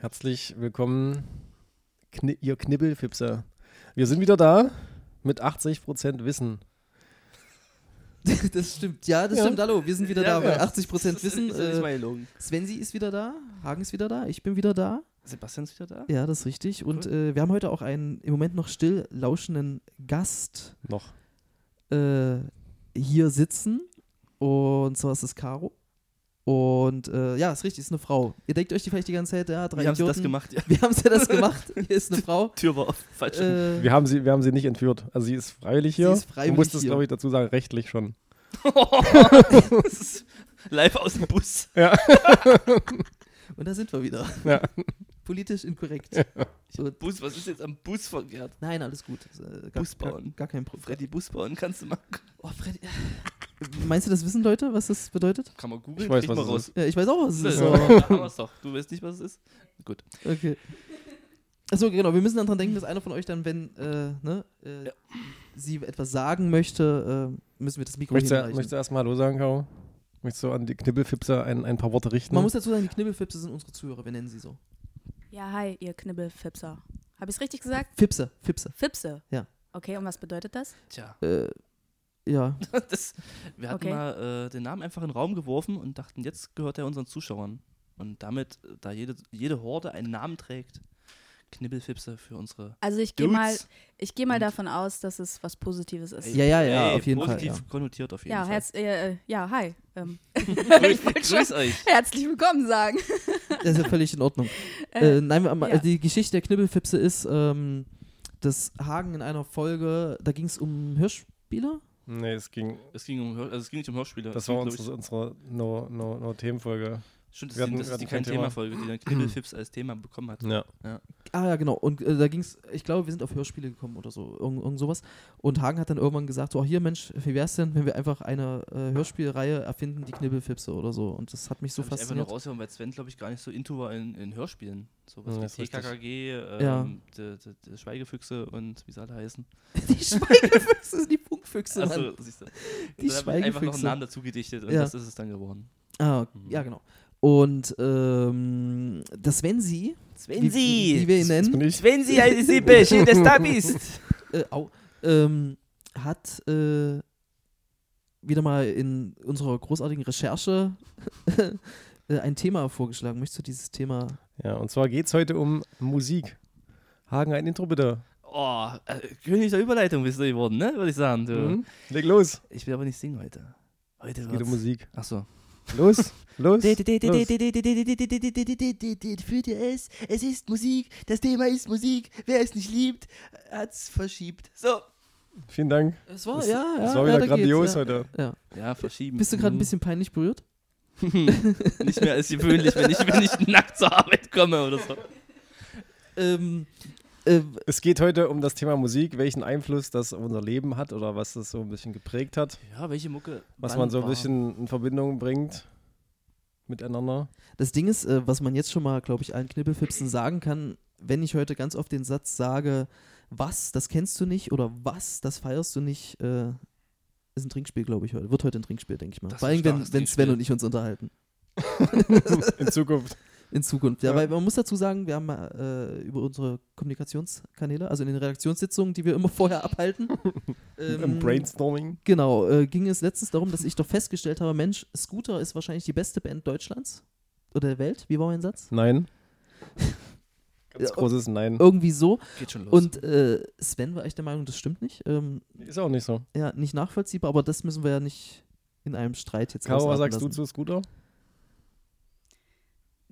Herzlich willkommen, Kni ihr Knibbelfipser. Wir sind wieder da mit 80% Wissen. Das stimmt, ja, das Ja. stimmt. Hallo, wir sind wieder Ja, da. ja. bei 80 Prozent Wissen. Das ist nicht Äh, mal gelungen. Svensi ist wieder da, Hagen ist wieder da, ich bin wieder da. Sebastian ist wieder da? Ja, das ist richtig. Und äh, wir haben heute auch einen im Moment noch still lauschenden Gast Noch. äh, hier sitzen. Und zwar ist es Caro. Und äh, ja, ist richtig, ist eine Frau. Ihr denkt euch die vielleicht die ganze Zeit, ja, drei Wie haben sie Idioten. das gemacht? Ja. Wir haben ja das gemacht. Hier ist eine Frau. Tür war auf. Falsch. Äh, Wir haben, sie, wir haben sie nicht entführt. Also sie ist freiwillig Sie hier. ist freiwillig Man muss das, hier. glaube ich, dazu sagen, rechtlich schon. Das ist Live aus dem Bus. und da sind wir wieder. Ja. Politisch inkorrekt. So, Bus, was ist jetzt am Bus verkehrt? nein, alles gut. Äh, Bus bauen. Gar, gar kein Problem. Freddy Bus bauen kannst du machen. Oh, Freddy. Meinst du, das wissen Leute, was das bedeutet? Kann man googeln, Ich weiß, kriegt was man es raus. Ja, ich weiß auch, was es ist. So, aber- da haben wir's doch. Du weißt nicht, was es ist? Gut. Okay. Achso, genau. Wir müssen dann dran denken, dass einer von euch dann, wenn äh, ne, äh, Ja. sie etwas sagen möchte, äh, müssen wir das Mikro Möchtest du, hinreichen. möchtest du erstmal Hallo sagen, Caro? Möchtest du an die Knibbelfipser ein, ein paar Worte richten? Man muss dazu sagen, die Knibbelfipse sind unsere Zuhörer. Wir nennen sie so. Ja, hi, ihr Knibbelfipser. Habe ich es richtig gesagt? Fipse, Fipse. Fipse? Ja. Okay, und was bedeutet das? Tja. Äh, ja. Das, wir hatten Okay. mal äh, den Namen einfach in den Raum geworfen und dachten, jetzt gehört er unseren Zuschauern. Und damit, äh, da jede, jede Horde einen Namen trägt, Knibbelfipse für unsere Also ich gehe Dudes. mal, ich gehe mal Und- davon aus, dass es was Positives ist. Ja, ja, ja, Ey, auf jeden Fall, Positiv ja. konnotiert auf jeden Ja, Fall. herz, äh, äh, ja hi. Ähm, Grüß, Ich wollte schon- grüß euch. herzlich willkommen sagen. Das ist ja völlig in Ordnung. Äh, äh, nein, wir- ja. also die Geschichte der Knibbelfipse ist, ähm, dass Hagen in einer Folge, da ging es um Hirschspieler. nee, es ging. Es ging, um, Hör- also es ging nicht um Hörspiele. Das es ging, war glaub ich, unsere, unsere No- No- No-Themenfolge. Stimmt, das, wir ist die- hatten- das wir ist die hatten kein Thema. Kein-Thema-Folge, die dann Knibbelfips als Thema bekommen hat. ja. Ah ja, genau. Und äh, da ging es, ich glaube, wir sind auf Hörspiele gekommen oder so, irgend, irgend sowas. Und Hagen hat dann irgendwann gesagt, so, "Ah, hier Mensch, wie wär's denn, wenn wir einfach eine äh, Hörspielreihe erfinden, die Knibbelfipse oder so. Und das hat mich so Hab ich einfach nur fasziniert. rausgehauen, weil Sven, glaube ich, gar nicht so into war in, in Hörspielen. Sowas Ja, wie ist richtig. TKKG, ähm, Ja. die, die, die Schweigefüchse und wie sie alle heißen. Die Schweigefüchse sind die Punktfüchse, Mann. Also, siehst du. Die Und dann hab ich einfach noch Schweigefüchse. einen Namen dazu gedichtet und Ja. das ist es dann geworden. Ah, Mhm. ja, genau. Und ähm, das Wensi, wie, wie wir ihn Das bin nennen, ich. Svensi heißt die Sippe, schön, dass du da bist. äh, au, ähm, hat äh, wieder mal in unserer großartigen Recherche äh, ein Thema vorgeschlagen. Möchtest du dieses Thema Ja, und zwar geht es heute um Musik. Hagen, ein Intro bitte. Oh, äh, König der Überleitung bist du geworden, ne? Würde ich sagen. Du. Mhm. Leg los. Ich will aber nicht singen heute. Heute Es geht wird's. um Musik. Achso. Los, los. los. Fühlt ihr es? Es ist Musik. Das Thema ist Musik. Wer es nicht liebt, hat's verschiebt. So. Vielen Dank. Es war, Das- ja, ja. das war ja, wieder da grandios geht's, ja. Mhm. heute. Ja, verschieben. Hm. Bist du gerade ein bisschen peinlich berührt? nicht mehr als gewöhnlich, wenn ich, wenn ich nackt zur Arbeit komme oder so. Ähm, äh, Es geht heute um das Thema Musik, welchen Einfluss das auf unser Leben hat oder was das so ein bisschen geprägt hat, Ja, welche Mucke? was wann man so ein war? bisschen in Verbindung bringt miteinander. das Ding ist, äh, was man jetzt schon mal, glaube ich, allen Knibbelfipsen sagen kann, wenn ich heute ganz oft den Satz sage, was, das kennst du nicht oder was, das feierst du nicht, äh, ist ein Trinkspiel, glaube ich, heute. Wird heute ein Trinkspiel, denke ich mal. Das Vor ist allem, ein wenn, starkes wenn Sven Trinkspiel. und ich uns unterhalten. In Zukunft. In Zukunft. Ja, Ja. weil man muss dazu sagen, wir haben äh, über unsere Kommunikationskanäle, also in den Redaktionssitzungen, die wir immer vorher abhalten, ähm, Im Brainstorming. Genau, äh, ging es letztens darum, dass ich doch festgestellt habe, Mensch, Scooter ist wahrscheinlich die beste Band Deutschlands oder der Welt. Wie war mein Satz? Nein. Ganz Ja. Oh. großes Nein. Irgendwie so. Geht schon los. Und äh, Sven war echt der Meinung, das stimmt nicht. Ähm, Ist auch nicht so. ja, nicht nachvollziehbar, aber das müssen wir ja nicht in einem Streit jetzt Caro, was ausarten sagst du lassen. zu Scooter?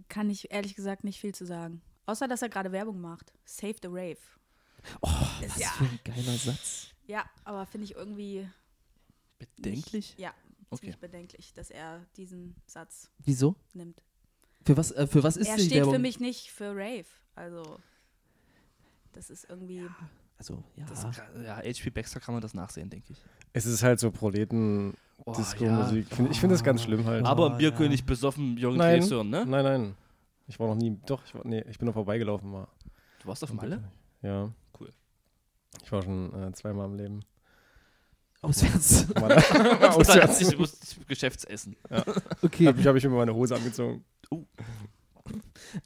Kann ich ehrlich gesagt nicht viel zu sagen. Außer, dass er gerade Werbung macht. Save the Rave. Oh, Ist was ja- für ein geiler Satz. Ja, aber finde ich irgendwie Bedenklich? Ja, Okay. ziemlich bedenklich, dass er diesen Satz Wieso? nimmt. Für was, äh, für was ist er denn die steht für Werbung? mich nicht für Rave. Also, das ist irgendwie. Also, ja. Das, ja, HP Baxter kann man das nachsehen, denke ich. Es ist halt so Proleten-Disco-Musik. Oh, Ich find- Ich finde das ganz schlimm halt. Ja. Aber Oh, Bierkönig ja. Hm. besoffen Jürgen Nein. Krebs hören, ne? Nein, nein. Ich war noch nie. Doch, ich war. Nee, ich bin noch vorbeigelaufen mal. Du warst auf Malle? Ja. Cool. Ich war schon äh, zweimal im Leben. Auswärts. Mal da- Da Auswärts. hat sich- du musst Geschäftsessen. Okay. Hab ich habe ich mir meine Hose angezogen.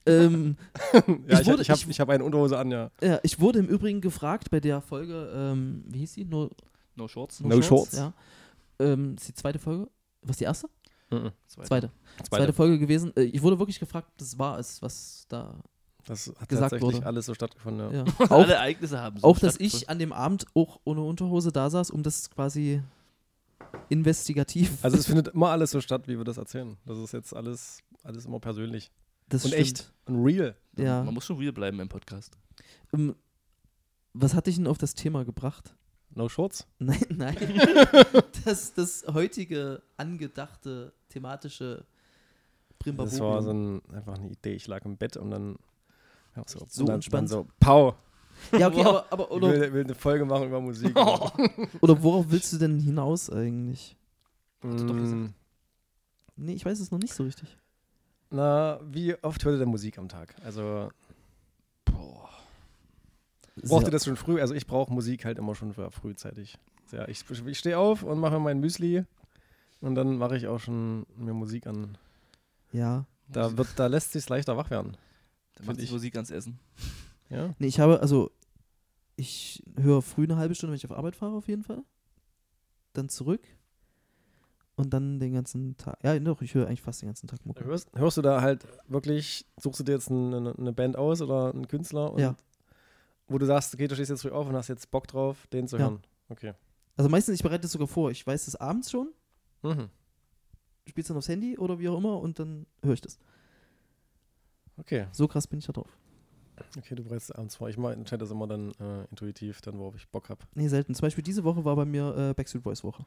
Ähm, Ja, ich, Ich wurde- ich habe ich- ich hab eine Unterhose an, ja. ja, Äh, ich wurde im Übrigen gefragt bei der Folge, ähm, wie hieß die? No, No Shorts. No. Shorts. Ja. Ähm, ist die zweite Folge? Was die erste? Mhm. Zweite. Zweite. Zweite, Folge gewesen. Äh, ich wurde wirklich gefragt, ob das war es, was da. Das hat gesagt tatsächlich wurde. alles so stattgefunden, ja. Ja. Alle Auch, Ereignisse haben so auch dass stattgefunden. ich an dem Abend auch ohne Unterhose da saß, um das quasi investigativ. Also es findet immer alles so statt, wie wir das erzählen. Das ist jetzt alles, alles immer persönlich das und echt und real. Ja. Man muss schon real bleiben im Podcast. Ähm, Was hat dich denn auf das Thema gebracht? No Shorts? Nein, nein. das, das heutige angedachte thematische Das war so Primbabobum. ein, einfach eine Idee. Ich lag im Bett und dann ja, so, So und dann, entspannt. Dann so, Pau, Ja, okay, aber, aber ich oder, will, will eine Folge machen über Musik. oder worauf willst du denn hinaus eigentlich? du doch gesagt. Mm, Nee, ich weiß es noch nicht so richtig. Na, wie oft hört ihr denn Musik am Tag? Also Boah. braucht Sehr- ihr das schon früh? Also ich brauche Musik halt immer schon früh- frühzeitig. Ja, ich, ich stehe auf und mache mein Müsli und dann mache ich auch schon mir Musik an. Ja. Da, wird, da lässt sich leichter wach werden. Da macht Find sich ich. Musik ans Essen. Ja? Nee, ich habe, also, ich höre früh eine halbe Stunde, wenn ich auf Arbeit fahre, auf jeden Fall. Dann zurück. Und dann den ganzen Tag. Ja, doch, ich höre eigentlich fast den ganzen Tag Mucke. Hörst, hörst du da halt wirklich, suchst du dir jetzt eine, eine Band aus oder einen Künstler, und, Ja. wo du sagst, okay, du stehst jetzt früh auf und hast jetzt Bock drauf, den zu Ja. hören. Okay. Also meistens, ich bereite das sogar vor. Ich weiß es abends schon, Mhm. du spielst dann aufs Handy oder wie auch immer und dann höre ich das. Okay, So krass bin ich da drauf. okay, du bereitest abends vor. Ich mach- entscheide das immer dann äh, intuitiv, dann worauf ich Bock habe. Nee, selten. Zum Beispiel diese Woche war bei mir äh, Backstreet Boys Woche.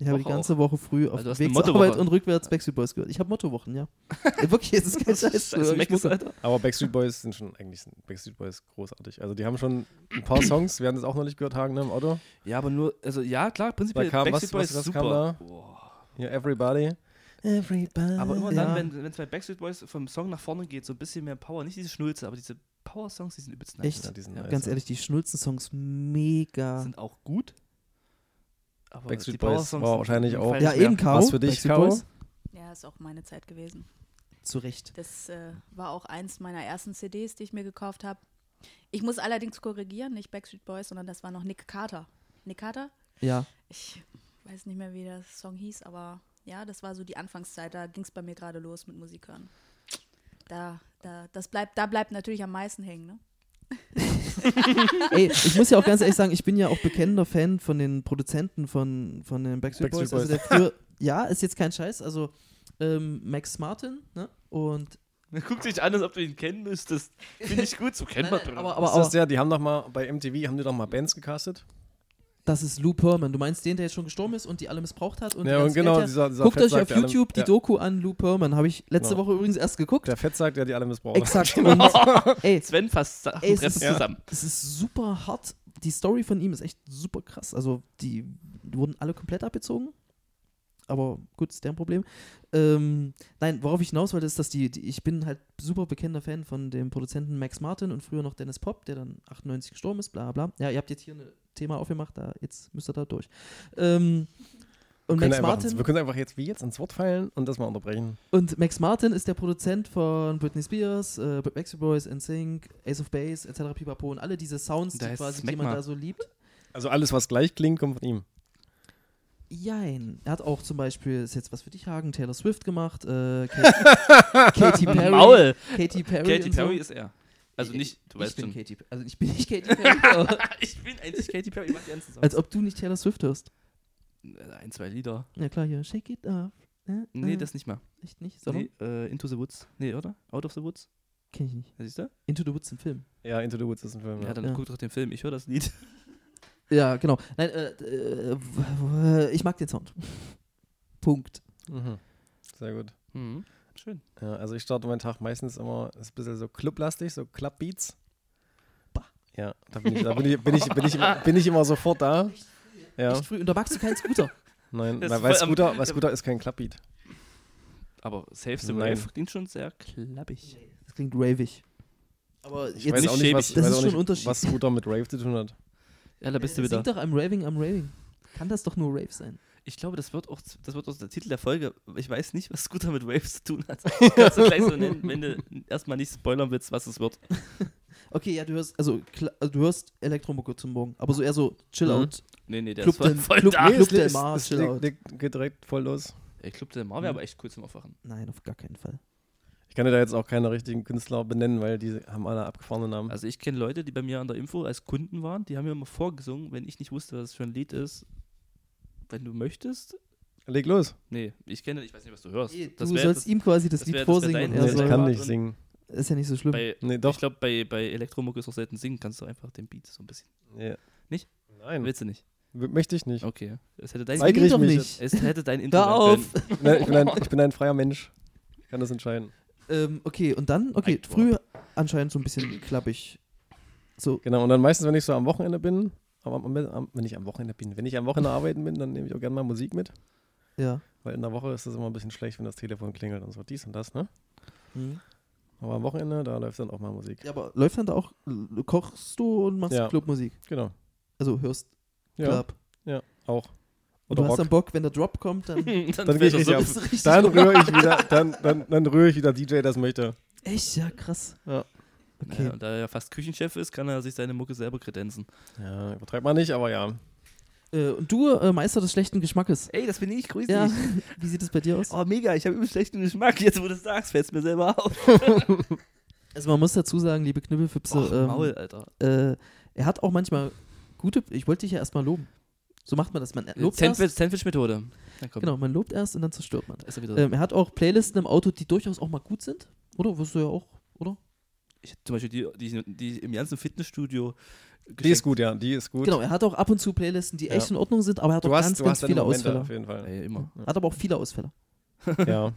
Ich habe die Woche ganze Woche früh auf Also du hast dem Weg eine zur Arbeit Mottowoche. und rückwärts Backstreet Boys gehört. Ich habe Mottowochen, ja. Ey, Wirklich, es ist kein Das ist Scheiß. scheiß Scheiß Mac, Alter. Aber Backstreet Boys sind schon, eigentlich sind Backstreet Boys großartig. Also die haben schon ein paar Songs, wir haben das auch noch nicht gehört, Hagen, ne, im Auto. Ja, aber nur, also ja, klar, prinzipiell Da kam- Backstreet was- Boys was- was kam super. Boah. Hier, Everybody. Everybody. halt Aber immer Ah, Ja. dann, wenn es bei Backstreet Boys vom Song nach vorne geht, so ein bisschen mehr Power. Nicht diese Schnulze, aber diese Power-Songs, die sind übelst nice. Echt? Ja, die sind Ja, nice. Ganz ehrlich, die Schnulzen-Songs mega. Sind auch gut. Aber Backstreet die Boys Power-Songs war sind- wahrscheinlich mir auch- gefallen Ja, nicht mehr. eben Karo. Was für dich, Backstreet Karo? Boys? Ja, ist auch meine Zeit gewesen. Zu Recht. Das äh, war auch eins meiner ersten CDs, die ich mir gekauft habe. Ich muss allerdings korrigieren, nicht Backstreet Boys, sondern das war noch Nick Carter. Nick Carter? Ja. Ich weiß nicht mehr, wie der Song hieß, aber ja, das war so die Anfangszeit. Da ging es bei mir gerade los mit Musik hören. Da, da, das bleibt, da bleibt natürlich am meisten hängen, ne? Ey, ich muss ja auch ganz ehrlich sagen, ich bin ja auch bekennender Fan von den Produzenten von, von den Backstreet, Backstreet Boys. Also der früher, ja, ist jetzt kein Scheiß. Also ähm, Max Martin ne? und. Guck dich an, als ob du ihn kennen müsstest. Finde ich gut, so kennt Nein, man. nein, aber, aber, ist aber das ja, die haben doch mal bei MTV, haben die doch mal Bands gecastet. Das ist Lou Pearlman. Du meinst den, der jetzt schon gestorben ist und die alle missbraucht hat? Und die ja, und ganzen genau, Geld her- dieser, dieser Guckt euch Fettsack, auf der alle- YouTube die ja, Doku an, Lou Pearlman. Habe ich letzte Genau. Woche übrigens erst geguckt. Der Fettsack, der die alle Genau. missbraucht. Exakt. Und, ey, Sven fasst Sachen Ey, es treffen ist- ja. zusammen. es ist super hart. Die Story von ihm ist echt super krass. Also, die wurden alle komplett abgezogen. Aber gut, ist deren Problem. Ähm, nein, worauf ich hinaus wollte, ist, dass die, die, ich bin halt super bekennender Fan von dem Produzenten Max Martin und früher noch Dennis Pop, der dann 98 gestorben ist, bla bla. Ja, ihr habt jetzt hier ein Thema aufgemacht, da, jetzt müsst ihr da durch. Ähm, und Können Max einfach, Martin. Wir können einfach jetzt wie jetzt ins Wort fallen und das mal unterbrechen. Und Max Martin ist der Produzent von Britney Spears, äh, Backstreet Boys, NSYNC, Ace of Base, etc. Pipapo und alle diese Sounds, Da die heißt quasi es die man Magma. da so liebt. Also alles, was gleich klingt, kommt von ihm. Jein. Er hat auch zum Beispiel, ist jetzt was für dich, Hagen, Taylor Swift gemacht, äh, Katy, Katy Perry. Maul! Katy Perry. Katy und so. Perry ist er. Also nicht, du ich weißt bin schon. Katy, Also ich bin nicht Katy Perry, aber ich bin eigentlich Katy Perry, ich mach die ganzen Songs. als ob du nicht Taylor Swift hörst. Äh, Ein, zwei Lieder. Ja klar, hier, Shake It Up. Äh, Nee, äh, das nicht Mhm. mal. Echt nicht, sondern? Nee, äh, Into the Woods. Nee, oder? Out of the Woods. Kenn ich nicht. Siehst du? Into the Woods im Film. Ja, Into the Woods ist ein Film. Ja, Ja. dann Ja. guck doch den Film. Ich höre das Lied. Ja, genau. Nein, äh, äh, w- w- ich mag den Sound. Punkt. Mhm. Sehr gut. Mhm. Schön. Ja, also ich starte meinen Tag meistens immer, ist ein bisschen so clublastig, so Clubbeats. Bah. Ja, da bin ich, da bin ich, bin ich, bin ich, immer- bin ich immer sofort da. Ja, Echt früh. Und da magst du keinen Scooter. nein, Das na, ist weil voll am- Scooter, weil Scooter ist kein Clubbeat. Aber Save the Nein. Wave klingt schon sehr klappig. Das klingt ravig. Aber Ich jetzt weiß nicht auch nicht, was, schäbig. ich Das weiß ist auch schon nicht, ein Unterschied. was Scooter mit Rave zu tun hat. Ja, da bist du Sing wieder. doch I'm raving, I'm raving. Kann das doch nur Rave sein. Ich glaube, das wird auch, das wird auch der Titel der Folge. Ich weiß nicht, was Scooter mit Waves zu tun hat. Kannst du gleich so nennen, wenn du erstmal nicht spoilern willst, was es wird. Okay, ja, du hörst, also, kla- also du hörst Elektromucke zum Morgen, aber so eher so Chill Mhm. Out. Nee, nee, der Club ist voll, Del- voll Club- da. nee. Club es- Del es- Mar, es chill legt- out. legt- geht direkt voll los. Ey, Club der Mar wäre aber echt cool zum Aufwachen. Nein, auf gar keinen Fall. Ich kann dir da jetzt auch keine richtigen Künstler benennen, weil die haben alle abgefahrene Namen. Also ich kenne Leute, die bei mir an der Info als Kunden waren, die haben mir immer vorgesungen, wenn ich nicht wusste, was es für ein Lied ist. Wenn du möchtest. Leg los. Nee, ich kenne, ich weiß nicht, was du hörst. Du Das wär- sollst ihm quasi das, das Lied wär- das wär vorsingen dein- und Nee, er Also- ich soll. kann nicht singen. Ist ja nicht so schlimm. Bei, Nee, doch. doch. Ich glaube, bei, bei Elektromucke ist auch selten singen, kannst du einfach den Beat so ein bisschen. Ja. Nicht? Nein, Willst du nicht? w- möchte ich nicht. Okay. Es hätte dein, Zeig Sing ich doch mich nicht. es hätte dein Intro. Hör sein auf! können. Nein, ich, bin ein, ich bin ein freier Mensch. Ich kann das entscheiden. Ähm, okay, und dann, okay, Mike früh anscheinend so ein bisschen klappig. So, Genau, und dann meistens, wenn ich so am Wochenende bin, am, am, am, wenn ich am Wochenende bin, wenn ich am Wochenende arbeiten bin, dann nehme ich auch gerne mal Musik mit, ja. weil in der Woche ist das immer ein bisschen schlecht, wenn das Telefon klingelt und so dies und das, ne? Hm. Aber am Wochenende, da läuft dann auch mal Musik. Ja, aber läuft dann da auch, l- kochst du und machst Ja. Clubmusik? Genau. Also hörst Ja, Club. auch. Und Oder du hast Rock. dann Bock, wenn der Drop kommt, dann Dann geh ich richtig so- ab. bist du richtig. Dann rühre ich wieder, dann, dann, dann rühre ich wieder DJ, das möchte. Echt, ja, krass. Ja. Okay. Ja, und da er ja fast Küchenchef ist, kann er sich seine Mucke selber kredenzen. Ja, übertreibt man nicht, aber ja. Äh, und du, äh, Meister des schlechten Geschmackes. Ey, das bin ich, grüß Ja, wie sieht es bei dir aus? Oh, mega, ich habe übel schlechten Geschmack. Jetzt, wo du es sagst, fällt es mir selber auf. Also man muss dazu sagen, liebe Knüppelfüpse, Och, Maul, ähm, Alter. äh, er hat auch manchmal gute, ich wollte dich ja erstmal loben. So macht man das, man lobt erst, Sandwich- Sandwich-Methode. Na komm, genau, man lobt erst und dann zerstört man. da Ist er wieder. Ähm, er hat auch Playlisten im Auto, die durchaus auch mal gut sind, oder? Wirst du ja auch, oder? ich, zum Beispiel die, die, die im ganzen Fitnessstudio. Die ist geschenkt- gut, ja, die ist gut. Genau, er hat auch ab und zu Playlisten, die Ja. echt in Ordnung sind, aber er hat Du auch hast, ganz, du ganz hast deine viele Momente Ausfälle. auf jeden Fall. Ey, immer. Hat aber auch viele Ausfälle. Ja.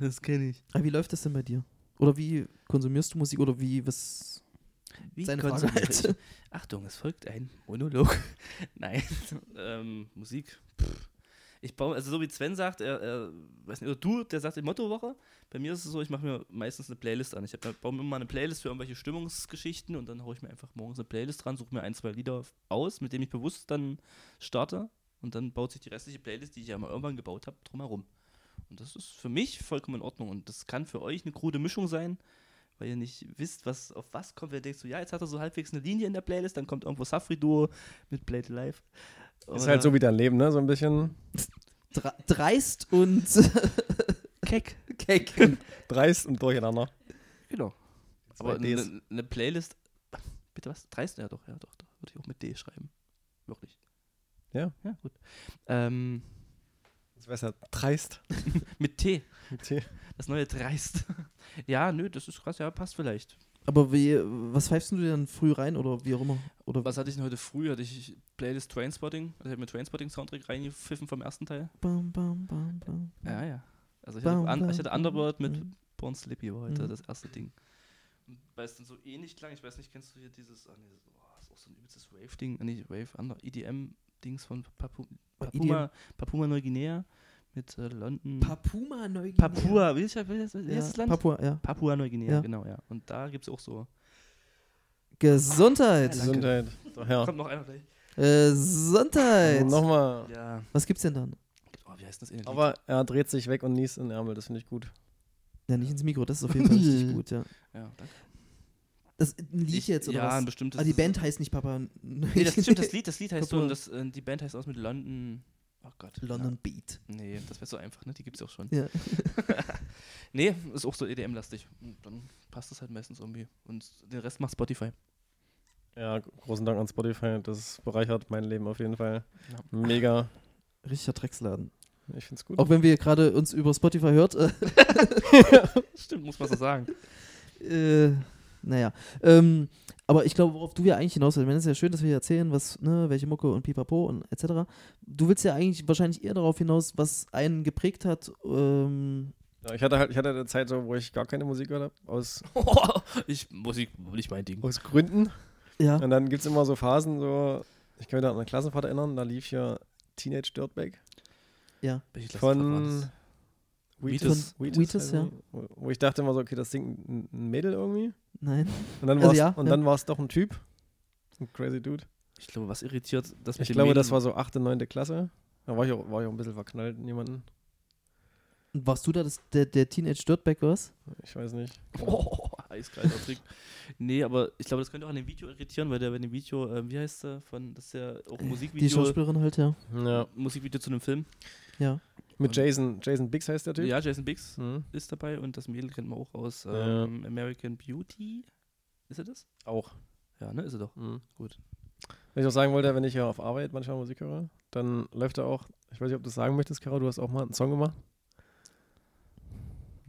Das kenne ich. Aber wie läuft das denn bei dir? Oder wie konsumierst du Musik oder wie, was? Wie Seine konsumiere Frage halt. ich? Achtung, es folgt ein Monolog. Nein, ähm, Musik. Pff. Ich baue, also so wie Sven sagt, er, er weiß nicht, oder du, der sagt die Mottowoche. Bei mir ist es so, ich mache mir meistens eine Playlist an. Ich hab, baue mir immer eine Playlist für irgendwelche Stimmungsgeschichten und dann haue ich mir einfach morgens eine Playlist dran, suche mir ein, zwei Lieder aus, mit denen ich bewusst dann starte und dann baut sich die restliche Playlist, die ich ja mal irgendwann gebaut habe, drumherum. Und das ist für mich vollkommen in Ordnung und das kann für euch eine krude Mischung sein weil ihr nicht wisst, was auf was kommt. Weil ihr denkt so, ja, jetzt hat er so halbwegs eine Linie in der Playlist, dann kommt irgendwo Safri Duo mit Play to Life. Ist halt so wie dein Leben, ne? So ein bisschen Dre- Dreist und keck. keck. dreist und durcheinander. Genau. Aber Zwei Ds. eine ne Playlist, bitte was? Dreist? Ja, doch, ja, doch, doch. Würde ich auch mit D schreiben. Wirklich. Ja. Ja, gut. Ähm, Das besser. Dreist. mit T. T. Das neue Dreist. ja, nö, das ist krass. Ja, passt vielleicht. Aber wie, was pfeifst du dir dann früh rein oder wie auch immer? Oder Was hatte ich denn heute früh? Hatte ich Playlist Trainspotting? Also ich habe mir Trainspotting-Soundtrack reingepfiffen vom ersten Teil. Bam, bam, bam, bam. Ja, ja. Also ich Bam, hatte, un bam, ich hatte Underworld mit Mhm. Born Sleepy war heute Mhm. das erste Ding. Und Weil es dann so ähnlich klang, ich weiß nicht, kennst du hier dieses, ah nee, das oh, ist auch so ein übelstes Wave-Ding, ah, nicht Wave, andere EDM-Dings von Papu Oh, E Papuma, Papuma Neuguinea mit äh, London. Papua Neuguinea. Papua, wie ist, das- wie ist, das- wie Ja, ist das Land? Papua, ja. Papua Neuguinea, Ja. genau, ja. Und da gibt es auch so. Gesundheit. Danke. Gesundheit. Doch, ja. Kommt noch einer gleich. Gesundheit. Also Nochmal. Ja. Was gibt's denn dann? Oh, wie heißt das in Aber er dreht sich weg und niest in den Ärmel, das finde ich gut. Ja, nicht ins Mikro, das ist auf jeden Fall richtig gut, ja. Ja, danke. Das ein Lied Ich- jetzt oder Ja, ein was? bestimmtes. Ah, die Band heißt nicht Papa Neuguinea. Nee, das stimmt, das Lied, das Lied heißt so, Papua. und das, äh, die Band heißt aus mit London. Oh Gott. London Beat. Nee, das wäre so einfach, ne? Die gibt's ja auch schon. Ja. Nee, ist auch so EDM-lastig. Und Dann passt das halt meistens irgendwie. Und den Rest macht Spotify. Ja, gro- großen Dank an Spotify. Das bereichert mein Leben auf jeden Fall. Ja. Mega. Richtiger Drecksladen. Ich finde es gut. Oh. Auch wenn wir gerade uns über Spotify hört, äh, Stimmt, muss man so sagen. äh, naja. Ähm, aber ich glaube, worauf du ja eigentlich hinaus willst, ich meine, es ist ja schön, dass wir hier erzählen, was, ne, welche Mucke und pipapo und etc. Du willst ja eigentlich wahrscheinlich eher darauf hinaus, was einen geprägt hat. Ähm, Ja, ich hatte halt, ich hatte eine Zeit, so, wo ich gar keine Musik gehört habe, aus, Oh, ich, Musik, nicht mein Ding. aus Gründen. ja. Und dann gibt es immer so Phasen, so, ich kann mich da an meinen Klassenfahrt erinnern, da lief hier Teenage Dirtbag Welche Klasse war von das? Wheatus. Von Wheatus, heißt die. Wo wo ich dachte immer so, okay, das singt ein ein Mädel irgendwie. Nein. Und dann Also war es ja, ja. doch ein Typ. Ein crazy Dude. Ich glaube, was irritiert das mit Ich dem glaube, Mädel- das war so 8., 9. Klasse. Da war ich auch, war ich auch ein bisschen verknallt in jemanden. Und warst du da das, der, der Teenage Dirtbag warst? Ich weiß nicht. Oh, eiskalter Trick. Nee, aber ich glaube, das könnte auch an dem Video irritieren, weil der bei dem Video, ähm, wie heißt der, von, das ist ja auch ein Die Musikvideo, Schauspielerin halt, ja. Ja. Musikvideo zu einem Film. Ja. Mit Jason, Jason Biggs heißt der Typ. Ja, Jason Biggs Mhm. ist dabei und das Mädel kennt man auch aus Ja. ähm, American Beauty. Ist er das? Auch. Ja, ne, ist er doch. Mhm. Gut. Was ich auch sagen wollte, wenn ich ja auf Arbeit manchmal Musik höre, dann läuft da auch, ich weiß nicht, ob du es sagen möchtest, Caro, du hast auch mal einen Song gemacht.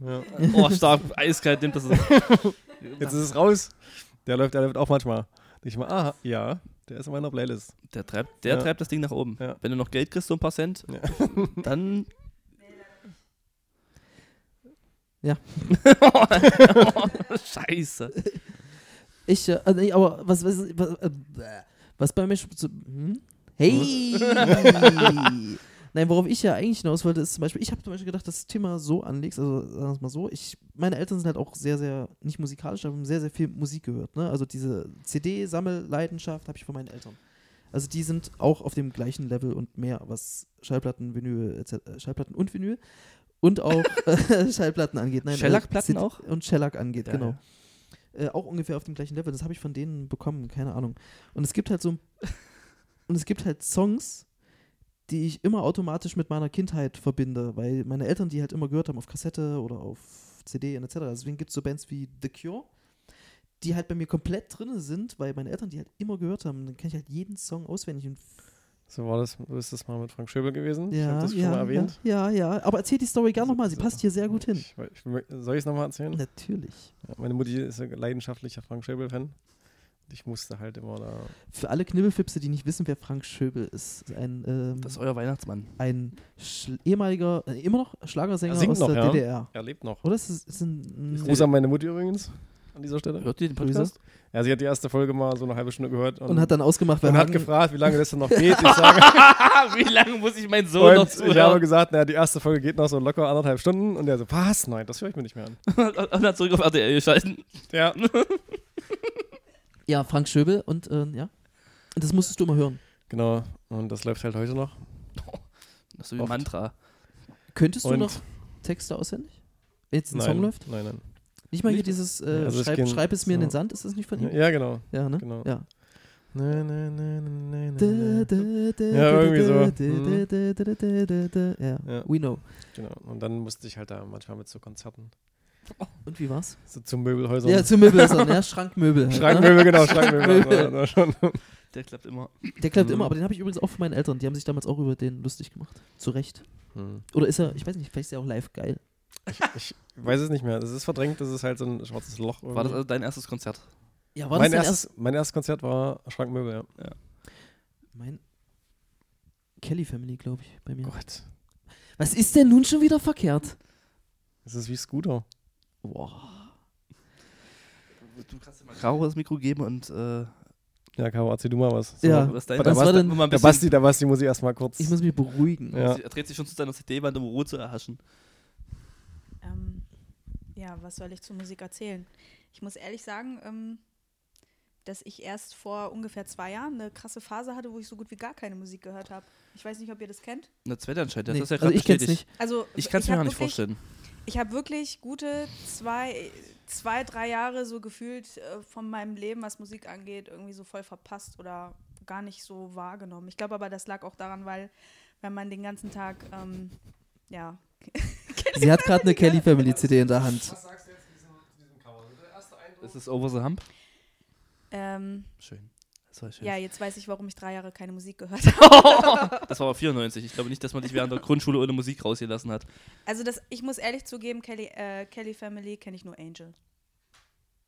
Ja. Oh, stark, eiskalt nimmt das. Jetzt ist es raus. Der läuft, der läuft auch manchmal. Ich mal, ah, ja, der ist in meiner Playlist. Der, treibt, der Ja. treibt das Ding nach oben. Ja. Wenn du noch Geld kriegst, so ein paar Cent, Ja. dann. Ja. Oh, Scheiße. Ich, äh, also, nee, aber was, was, was, äh, bäh. was bei mir. sch- so- Hm? Hey! Nein, worauf ich ja eigentlich hinaus wollte, ist zum Beispiel, ich habe zum Beispiel gedacht, das Thema so anlegst, also sagen wir es mal so, ich, meine Eltern sind halt auch sehr, sehr, nicht musikalisch, aber haben sehr, sehr viel Musik gehört. Ne? Also diese CD-Sammelleidenschaft habe ich von meinen Eltern. Also die sind auch auf dem gleichen Level und mehr, was Schallplatten, Vinyl, etc., äh, Schallplatten und Vinyl und auch äh, Schallplatten angeht. Nein, äh, Schellackplatten CD auch? Und Shellac angeht, Ja, genau ja. äh, auch ungefähr auf dem gleichen Level. Das habe ich von denen bekommen, keine Ahnung. Und es gibt halt so und es gibt halt Songs, die ich immer automatisch mit meiner Kindheit verbinde, weil meine Eltern die halt immer gehört haben auf Kassette oder auf CD und etc. Also Deswegen gibt es so Bands wie The Cure, die halt bei mir komplett drin sind, weil meine Eltern die halt immer gehört haben. Dann kann ich halt jeden Song auswendig. Und So war das, du bist das mal mit Frank Schöbel gewesen. ich ja, habe das schon ja, mal erwähnt. ja, ja, ja. Aber erzähl die Story gerne So- nochmal. Sie so. passt hier sehr gut hin. Ich, ich, soll ich es nochmal erzählen? Natürlich. Ja, meine Mutti ist ein leidenschaftlicher Frank Schäbel-Fan. Ich musste halt immer da. Für alle Knibbelfipse, die nicht wissen, wer Frank Schöbel ist, ist ein ähm, Das ist euer Weihnachtsmann. ein Schl ehemaliger, äh, immer noch Schlagersänger Er singt aus noch, der ja. DDR. Er lebt noch. Oder ist es ist ein, ein Gruß an meine Mutti übrigens an dieser Stelle. Hört ihr den Grüße? Podcast? Ja, sie hat die erste Folge mal so eine halbe Stunde gehört und, und hat dann ausgemacht, und weil hat Hagen- gefragt, wie lange das denn noch geht. Ich, sage, Wie lange muss ich meinen Sohn noch und ich habe zuhören? gesagt, naja, die erste Folge geht noch so locker anderthalb Stunden. Und er so, was? Nein, das höre ich mir nicht mehr an. Und dann zurück auf RTL geschalten. Ja, ja, Frank Schöbel und äh, ja. Und das musstest du immer hören. genau. Und das läuft halt heute noch. Das ist so wie ein Oft. Mantra. Könntest du Und- noch Texte auswendig? Wenn jetzt ein nein, Song läuft? Nein, nein. Nicht mal hier Nicht? dieses äh, Ja, also es schreib, gehen- schreib es mir in so. den Sand, ist das nicht von ihm? Ja, genau. Ja, ne? Genau. Ja. Nein, nein, nein, nein, Da, nein, da, nein. da, Ja, da, irgendwie da, so. da, Mhm. da, da, da, da, da, da. Ja, Ja. we know. Genau. Und dann musste ich halt da manchmal mit zu Konzerten, Und wie war's? so zu Möbelhäusern. Ja, zu Möbel ist er, ne? Schrankmöbel. halt, ne? Schrankmöbel, genau, Schrankmöbel. Schrankmöbel. Also, da schon. Der klappt immer. Der klappt Mhm. immer, aber den habe ich übrigens auch von meinen Eltern. Die haben sich damals auch über den lustig gemacht. Zu Recht. Hm. Oder ist er, ich weiß nicht, vielleicht ist er auch live geil. Ich weiß es nicht mehr. Das ist verdrängt, das ist halt so ein schwarzes Loch. War das irgendwie. also dein erstes Konzert? Ja, war mein, das dein erstes, mein erstes Konzert war Schrankmöbel, ja. erst- Mein Kelly Family, glaube ich, bei mir. Gott. Was ist denn nun schon wieder verkehrt? Das ist wie Scooter. Boah. Du kannst dir mal Caro das Mikro geben und äh, Ja, Caro, erzähl du mal was. Ja, was dein was war denn- Immer ein Der bisschen, Basti, der Basti muss ich erstmal kurz. Ich muss mich beruhigen. Ja. Er dreht sich schon zu seiner CD-Wand, um Ruhe zu erhaschen. Ähm, ja, was soll ich zur Musik erzählen? Ich muss ehrlich sagen, ähm, dass ich erst vor ungefähr zwei Jahren eine krasse Phase hatte, wo ich so gut wie gar keine Musik gehört habe. Ich weiß nicht, ob ihr das kennt. Na, Sven anscheinend, das Nee, ist ja also gerade ich kenn's bestätigt. nicht. Also Ich kann es mir hab gar nicht wirklich- vorstellen. Ich habe wirklich gute zwei, zwei, drei Jahre so gefühlt äh, von meinem Leben, was Musik angeht, irgendwie so voll verpasst oder gar nicht so wahrgenommen. Ich glaube aber, das lag auch daran, weil wenn man den ganzen Tag, ähm, ja, Sie hat gerade eine Kelly Family CD in der Hand. sagst du jetzt zu diesem, Der erste Eindruck. Ist es Over the Hump? ähm, Schön. Das war schön. ja, jetzt weiß ich, warum ich drei Jahre keine Musik gehört habe. Das war aber 94. Ich glaube nicht, dass man dich während der Grundschule ohne Musik rausgelassen hat. Also das, ich muss ehrlich zugeben, Kelly, äh, Kelly Family kenne ich nur Angel.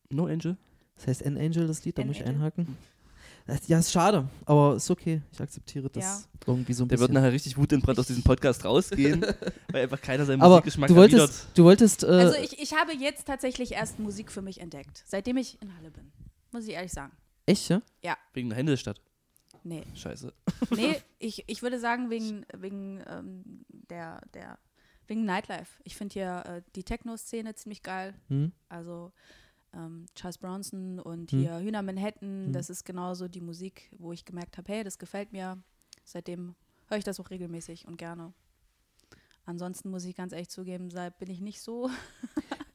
No Angel? Das heißt N-Angel, das Lied, da muss ich N-Angel? einhaken. Das- Ja, ist schade, aber ist okay. Ich akzeptiere das Ja. irgendwie so ein Der wird bisschen. nachher richtig wutentbrannt aus diesem Podcast rausgehen, weil einfach keiner seinen aber Musikgeschmack du wolltest, du wolltest, äh, Also ich, ich habe jetzt tatsächlich erst Musik für mich entdeckt, seitdem ich in Halle bin. Muss ich ehrlich sagen. echt, ja? Wegen der Händelstadt. Nee. Scheiße. Nee, ich, ich würde sagen, wegen, wegen ähm, der, der, wegen Nightlife. Ich finde hier äh, die Techno-Szene ziemlich geil. Hm? Also ähm, Charles Bronson und Hm. hier Hühner Manhattan, Hm. das ist genauso die Musik, wo ich gemerkt habe, hey, das gefällt mir. Seitdem höre ich das auch regelmäßig und gerne. Ansonsten muss ich ganz ehrlich zugeben, da bin ich nicht so.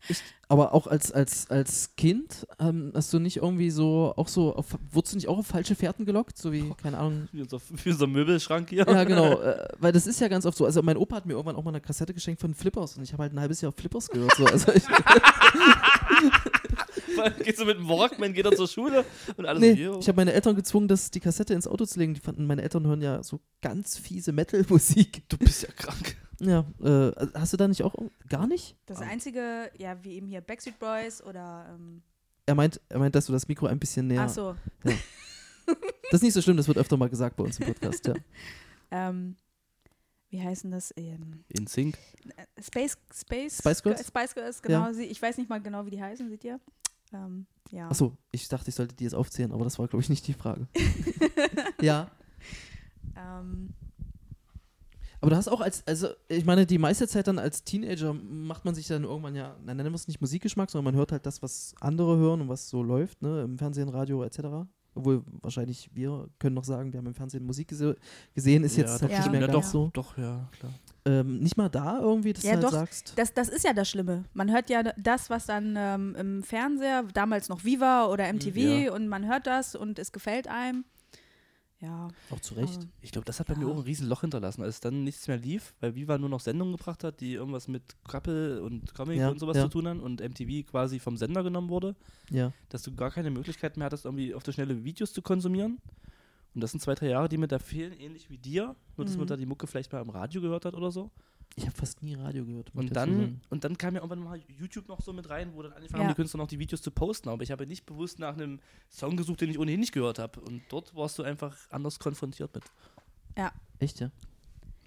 Aber auch als, als, als Kind ähm, hast du nicht irgendwie so, auch so, auf, wurdest du nicht auch auf falsche Fährten gelockt? So wie, keine Ahnung. Wie unser, wie unser Möbelschrank hier. Ja, genau. Äh, weil das ist ja ganz oft so. Also mein Opa hat mir irgendwann auch mal eine Kassette geschenkt von Flippers und ich habe halt ein halbes Jahr Flippers gehört. So. Also ich, Geht so mit dem Walkman, geht er zur Schule und Also alles nee, so, ich habe meine Eltern gezwungen, das, die Kassette ins Auto zu legen. Die fanden, meine Eltern hören ja so ganz fiese Metal-Musik. Du bist ja krank. Ja, äh, hast du da nicht auch, gar nicht? Das einzige, ja, wie eben hier Backstreet Boys oder. Ähm, Er meint, er meint, dass du das Mikro ein bisschen näher. Ach so. Das ist nicht so schlimm, das wird öfter mal gesagt bei uns im Podcast, ja. Ähm, wie heißen das? Ähm, In Sync. Space, Space, Spice Girls? Spice Girls, genau. Sie, ich weiß nicht mal genau, wie die heißen, seht ihr? Ähm, ja. Achso, ich dachte, ich sollte die jetzt aufzählen, aber das war, glaube ich, nicht die Frage. ja, Ähm, aber du hast auch als, also ich meine, die meiste Zeit dann als Teenager macht man sich dann irgendwann ja, na, nennen wir es nicht Musikgeschmack, sondern man hört halt das, was andere hören und was so läuft, ne, im Fernsehen, Radio etc. Obwohl wahrscheinlich wir können noch sagen, wir haben im Fernsehen Musik gese gesehen, ist jetzt doch, natürlich Ja. mehr Ja, ganz doch, so. Doch, ja, klar. Ähm, nicht mal da irgendwie, dass Ja, du halt doch. sagst. das, das ist ja das Schlimme. Man hört ja das, was dann ähm, im Fernseher, damals noch Viva oder MTV, Ja. und man hört das und es gefällt einem. Ja. Auch zu Recht. aber- Ich glaube, das hat bei Ja. mir auch ein riesen Loch hinterlassen, als dann nichts mehr lief, weil Viva nur noch Sendungen gebracht hat, die irgendwas mit Couple und Comic Ja, und sowas ja. zu tun haben und MTV quasi vom Sender genommen wurde, Ja. dass du gar keine Möglichkeit mehr hattest, irgendwie auf der Schnelle Videos zu konsumieren. Und das sind zwei, drei Jahre, die mir da fehlen, ähnlich wie dir, nur dass man Mhm. da die Mucke vielleicht mal im Radio gehört hat oder so. Ich habe fast nie Radio gehört. muss ich Und dazu dann, sagen. und dann kam ja irgendwann mal YouTube noch so mit rein, wo dann angefangen haben, Ja. die Künstler noch die Videos zu posten. Aber ich habe nicht bewusst nach einem Song gesucht, den ich ohnehin nicht gehört habe. Und dort warst du einfach anders konfrontiert mit. Echt, ja?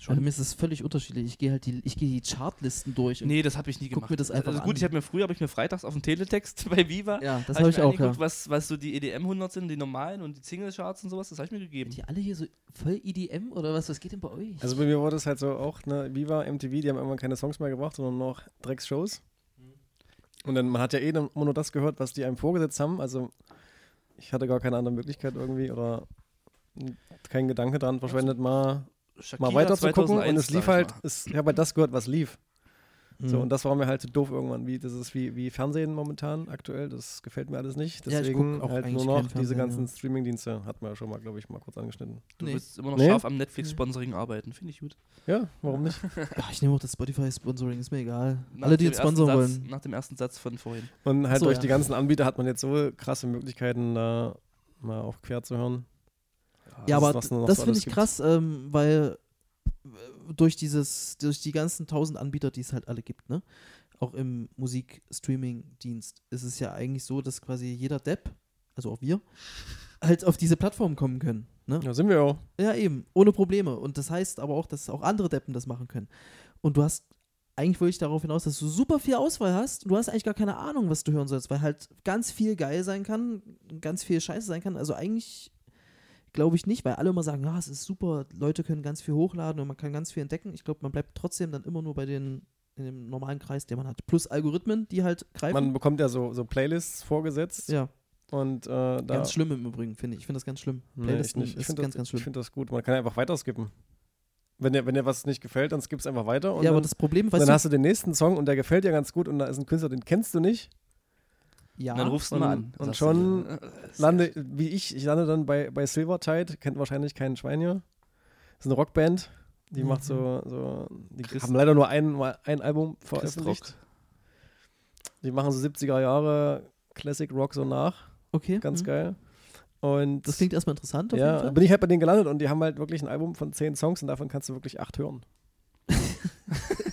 Schon. Also mir ist es völlig unterschiedlich. Ich gehe halt die, ich gehe die Chartlisten durch. und- Nee, das habe ich nie Guck gemacht. mir das einfach also gut, an. ich habe mir früher habe ich mir freitags auf dem Teletext bei Viva Ja, das habe ich mir auch, angeguckt, ja. was was so die EDM 100 sind, die normalen und die Single Charts und sowas, das habe ich mir gegeben. Die alle hier so voll EDM oder was? Was geht denn bei euch? Also bei mir war das halt so auch, ne, Viva, MTV, die haben irgendwann keine Songs mehr gebracht, sondern nur noch Drecksshows. Und dann, man hat ja eh dann immer nur das gehört, was die einem vorgesetzt haben. Also ich hatte gar keine andere Möglichkeit irgendwie oder kein Gedanke daran verschwendet, mal, Shakira mal weiter zu gucken. 2001, Und es lief sag halt, ich mal. es, ich habe halt das gehört, was lief. Mhm. So, und das war mir halt zu doof irgendwann. Wie, das ist wie, wie Fernsehen momentan aktuell. Das gefällt mir alles nicht. Ja, ich Deswegen guck auch halt eigentlich nur noch kein diese Fernsehen, ganzen ja. Streamingdienste. Hatten wir ja schon mal, glaube ich, mal kurz angeschnitten. Du Nee. bist immer noch Nee? scharf am Netflix Sponsoring arbeiten, finde ich gut. Ja, warum nicht? Ach, Ah, ich nehme auch das Spotify-Sponsoring, ist mir egal. Nach alle, die dem jetzt ersten sponsern Satz, wollen. Nach dem ersten Satz von vorhin. Und halt so, durch ja. die ganzen Anbieter hat man jetzt so krasse Möglichkeiten, da mal auch quer zu hören. Ja, aber was es noch so das finde alles ich gibt. krass, ähm, weil äh, durch dieses, durch die ganzen tausend Anbieter, die es halt alle gibt, ne? Auch im Musikstreaming-Dienst ist es ja eigentlich so, dass quasi jeder Depp, also auch wir, halt auf diese Plattform kommen können. Ne? Ja, sind wir auch. Ja, eben, ohne Probleme. Und das heißt aber auch, dass auch andere Deppen das machen können. Und du hast, eigentlich wollte ich darauf hinaus, dass du super viel Auswahl hast. Du hast eigentlich gar keine Ahnung, was du hören sollst, weil halt ganz viel geil sein kann, ganz viel scheiße sein kann. Also eigentlich glaube ich nicht, weil alle immer sagen, ja, es ist super, Leute können ganz viel hochladen und man kann ganz viel entdecken. Ich glaube, man bleibt trotzdem dann immer nur bei den, in dem normalen Kreis, den man hat. Plus Algorithmen, die halt greifen. Man bekommt ja so, so Playlists vorgesetzt. ja, Und äh, da. ganz schlimm im Übrigen, finde ich. Ich finde das ganz schlimm. Nee, ich Playlisten nicht. Ich ist finde ganz, das, ganz ich schlimm. find das gut. Man kann einfach weiter skippen. Wenn dir, wenn dir was nicht gefällt, dann skippst einfach weiter. Und Ja, aber dann, das Problem, dann weißt du, hast du den nächsten Song und der gefällt dir ganz gut und da ist ein Künstler, den kennst du nicht. ja, Und dann rufst du und- mal an. und Sagst schon du, äh, äh, lande, wie ich, ich lande dann bei, bei Silvertide, kennt wahrscheinlich keinen Schwein hier. Ist eine Rockband, die macht so, Mhm. so die Christ- haben leider nur ein, mal ein Album Christrock. veröffentlicht. Die machen so 70er Jahre Classic Rock so nach, okay. ganz mhm. geil. Und Das klingt erstmal interessant. Auf ja, jeden Fall. bin ich halt bei denen gelandet und die haben halt wirklich ein Album von zehn Songs und davon kannst du wirklich acht hören.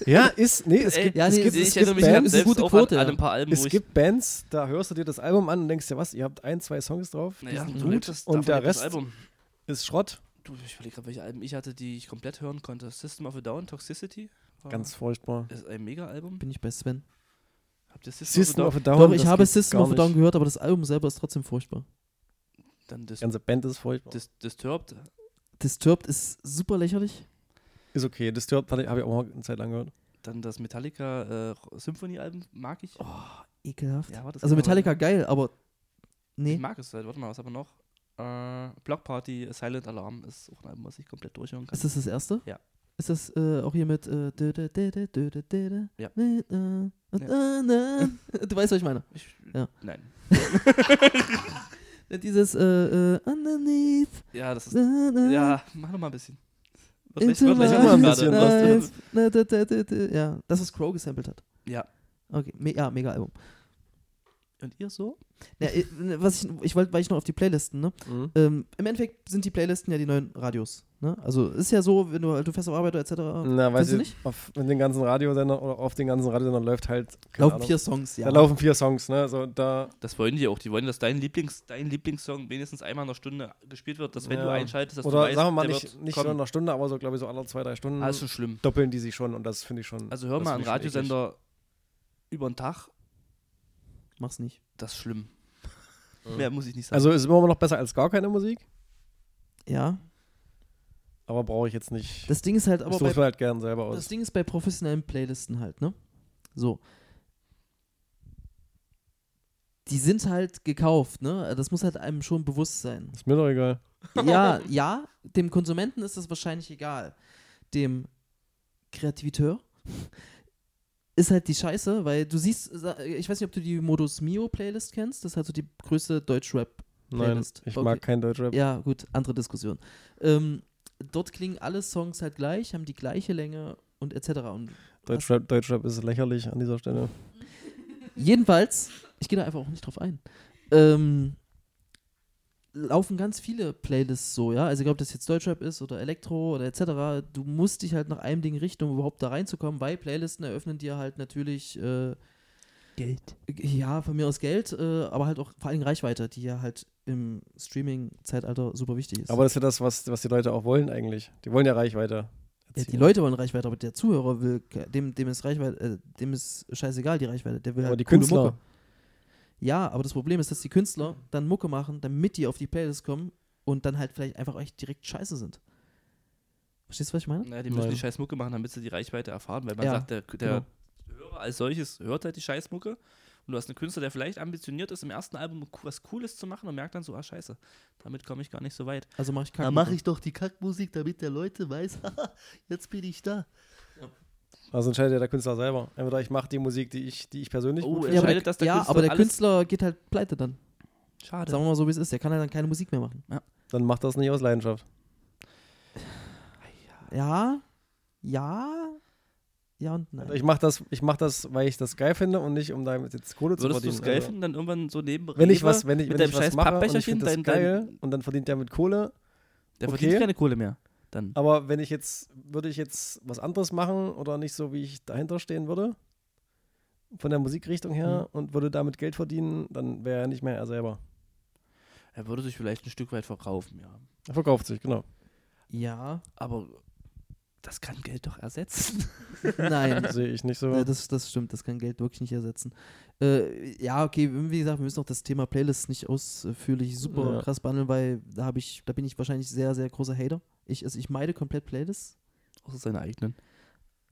ja, ist, nee, es Ey, gibt, ja, es nee, gibt, Ich es erinnere gibt mich ganz Bands, eine selbst gute auch an, Quote, an ja. ein paar Alben, wo es ich gibt Bands, da hörst du dir das Album an und denkst dir, was, ihr habt ein, zwei Songs drauf, Naja, die sind davon lebt gut das- davon und der lebt das Rest Album. ist Schrott. Du, ich überlege gerade, welche Alben ich hatte, die ich komplett hören konnte. System of a Down, Toxicity. war- Ganz furchtbar. Ist ein Mega-Album. Bin ich bei Sven. Habt ihr System, System of a Down? of a Down. Doch, ich das habe geht System gar of a Down nicht. gehört, aber das Album selber ist trotzdem furchtbar. Dann Dis Die ganze Band ist furchtbar. Dis Disturbed. Disturbed ist super lächerlich. ist okay. Disturbed habe ich auch mal eine Zeit lang gehört. Dann das Metallica äh, Symphony-Album mag ich. Oh, Ekelhaft. Ja, warte, das also kann aber- Metallica geil, aber Ich nee. mag es halt. Warte mal, was haben wir noch? Äh, Block Party, Silent Alarm ist auch ein Album, was ich komplett durchhören kann. Ist das das erste? Ja. Ist das äh, auch hier mit. Äh, dö, dö, dö, dö, dö, dö, dö, dö, äh, Ja. dö, dö, dö, dö. äh, ne. Du weißt, was ich meine. Ich, Ja. Nein. Dieses äh, äh, Underneath. äh, ne, Ja, das ist. dö, dö, Ja, mach noch mal ein bisschen. Wird Into wird my Sag mal ein gerade. bisschen life. ne, Dö, dö, dö, dö, dö. Ja, das, was Crow gesampelt hat. Ja. Okay, me ja, mega Album. Und ihr so? Ja, äh, was ich, ich wollte, weil ich noch auf die Playlisten, ne? Mhm. Ähm, Im Endeffekt sind die Playlisten ja die neuen Radios, ne? Also ist ja so, wenn du, du fährst auf Arbeit etc. Na, Findest weiß du ich, nicht? auf mit den ganzen Radiosender oder auf den ganzen Radiosendern läuft halt. keine laufen Ahnung, vier Songs, ja. Da laufen vier Songs, ne? So, da, Das wollen die auch. Die wollen, dass dein, Lieblings, dein Lieblingssong wenigstens einmal in der Stunde gespielt wird, dass wenn Ja. du einschaltest, dass oder du weißt, sagen wir mal, der nicht, wird nicht kommen. nur in einer Stunde, aber so, glaube ich, so alle zwei, drei Stunden Ah, ist Also schon schlimm. doppeln die sich schon und das finde ich schon. Also hör das mal einen finde ich schon Radiosender über den Tag, Mach's nicht. das ist schlimm. Ja. Mehr muss ich nicht eklig. sagen. Also ist immer noch besser als gar keine Musik, Ja. aber brauche ich jetzt nicht. Das Ding ist halt aber das bei sucht man halt gern selber aus. Das Ding ist bei professionellen Playlisten halt, ne? So. Die sind halt gekauft, ne? Das muss halt einem schon bewusst sein. Ist mir doch egal. Ja, ja, dem Konsumenten ist das wahrscheinlich egal. Dem Kreativiteur ist halt die Scheiße, weil du siehst, sa- ich weiß nicht, ob du die Modus Mio Playlist kennst, das ist halt so die größte Deutschrap Nein, Playlist. ich Okay. mag kein Deutschrap. ja, gut, andere Diskussion. Ähm, dort klingen alle Songs halt gleich, haben die gleiche Länge und etc. Und Deutschrap, Deutschrap ist lächerlich an dieser Stelle. Jedenfalls, ich gehe da einfach auch nicht drauf ein. Ähm, laufen ganz viele Playlists so, ja. Also egal, ob das jetzt Deutschrap ist oder Elektro oder etc. Du musst dich halt nach einem Ding richten, um überhaupt da reinzukommen, weil Playlisten eröffnen dir halt natürlich äh, Geld. ja, von mir aus Geld, äh, aber halt auch vor allem Reichweite, die ja halt im Streaming-Zeitalter super wichtig ist. Aber das ist ja das, was, was die Leute auch wollen eigentlich. Die wollen ja Reichweite. ja, die erzielen. Leute wollen Reichweite, aber der Zuhörer will, ke- dem, dem ist Reichweite, äh, dem ist scheißegal die Reichweite, der will Aber halt die coole Künstler. Mucke. Ja, aber das Problem ist, dass die Künstler dann Mucke machen, damit die auf die Playlist kommen und dann halt vielleicht einfach echt direkt scheiße sind. Verstehst du, was ich meine? Naja, die müssen Nein. die Scheißmucke machen, damit sie die Reichweite erfahren, weil man Ja, sagt, der, der genau. Hörer als solches hört halt die Scheißmucke und du hast einen Künstler, der vielleicht ambitioniert ist, im ersten Album um was Cooles zu machen und merkt dann so, ah scheiße, damit komme ich gar nicht so weit. Also mache ich Kacke. Da mache ich doch die Kackmusik, damit der Leute weiß, haha, jetzt bin ich da. Also entscheidet ja der Künstler selber. Entweder ich mache die Musik, die ich, die ich persönlich Oh, gut finde. ja, ja, aber der, entscheidet, dass der ja, Künstler aber der alles- Ah, Künstler geht halt pleite dann. Schade. Sagen wir mal so, wie es ist. Der kann halt dann keine Musik mehr machen. Dann macht das nicht aus Leidenschaft. Ja, ja, ja und nein. Ich mache das, ich mach das, weil ich das geil finde und nicht, um da jetzt Kohle zu Würdest du verdienen. es geil Also, finden, dann irgendwann so neben wenn ich Rewe was, wenn ich, mit wenn deinem ich was scheiß mache und ich finde das Pappbecherchen, dein- geil dein- und dann verdient der mit Kohle. der okay. verdient keine Kohle mehr. Dann. Aber wenn ich jetzt, würde ich jetzt was anderes machen oder nicht so, wie ich dahinter stehen würde, von der Musikrichtung her Mhm. und würde damit Geld verdienen, dann wäre er nicht mehr er selber. Er würde sich vielleicht ein Stück weit verkaufen, ja. Er verkauft sich, genau. Ja, Aber das kann Geld doch ersetzen. nein. Sehe ich nicht so. Ja, Äh, das, das stimmt, das kann Geld wirklich nicht ersetzen. Äh, ja, okay, wie gesagt, wir müssen auch das Thema Playlists nicht ausführlich super Ja. krass behandeln, weil da habe ich, da bin ich wahrscheinlich sehr, sehr großer Hater. Ich, also ich meide komplett Playlists. Außer seine eigenen.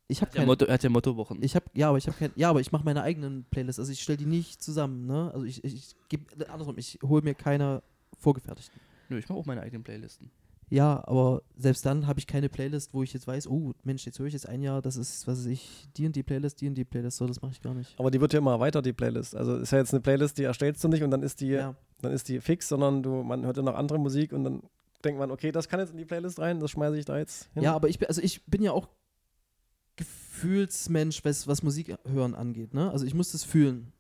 Ich habe Der keine. Motto, er hat ja Mottowochen. Ich habe ja, aber ich habe kein, ja, aber ich mache meine eigenen Playlists. Also ich stelle die nicht zusammen, ne? Also ich, ich, ich gebe andersrum, ich hole mir keine vorgefertigten. Nö, ich mache auch meine eigenen Playlisten. Ja, aber selbst dann habe ich keine Playlist, wo ich jetzt weiß, oh Mensch, jetzt höre ich jetzt ein Jahr, das ist, was weiß ich, die und die Playlist, die und die Playlist, so das mache ich gar nicht. Aber die wird ja immer weiter, die Playlist. Also ist ja jetzt eine Playlist, die erstellst du nicht und dann ist die, Ja. dann ist die fix, sondern du, man hört ja noch andere Musik und dann denkt man, okay, das kann jetzt in die Playlist rein, das schmeiße ich da jetzt hin. Ja, aber ich bin, also ich bin ja auch Gefühlsmensch, was, was Musik hören angeht. Ne? Also ich muss das fühlen.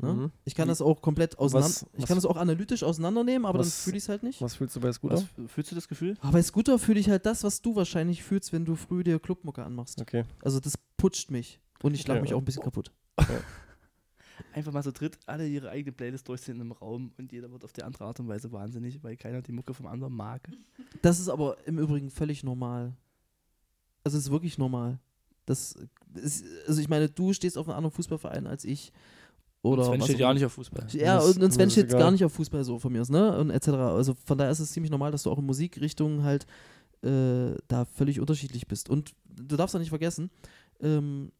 Ne? Mhm. Ich kann das auch komplett auseinander. Was- ich was- kann das auch analytisch auseinandernehmen, aber dann was- fühle ich es halt nicht. Was fühlst du bei Scooter? Was, fühlst du das Gefühl? Aber bei Scooter fühle ich halt das, was du wahrscheinlich fühlst, wenn du früh dir Clubmucke anmachst. Okay. Also das putscht mich. Und ich schlage Ja. mich auch ein bisschen kaputt. Einfach mal so dritt, alle ihre eigene Playlist durchziehen im Raum und jeder wird auf die andere Art und Weise wahnsinnig, weil keiner die Mucke vom anderen mag. Das ist aber im Übrigen völlig normal. Also es ist wirklich normal. Das ist, also ich meine, du stehst auf einem anderen Fußballverein als ich. Oder Sven was steht auch ja immer. nicht auf Fußball. Ja, Mir ist- und, und mir Sven ist steht egal. gar nicht auf Fußball so von mir aus, ne? Und etc. Also von daher ist es ziemlich normal, dass du auch in Musikrichtungen halt äh, da völlig unterschiedlich bist. Und du darfst auch nicht vergessen, ähm,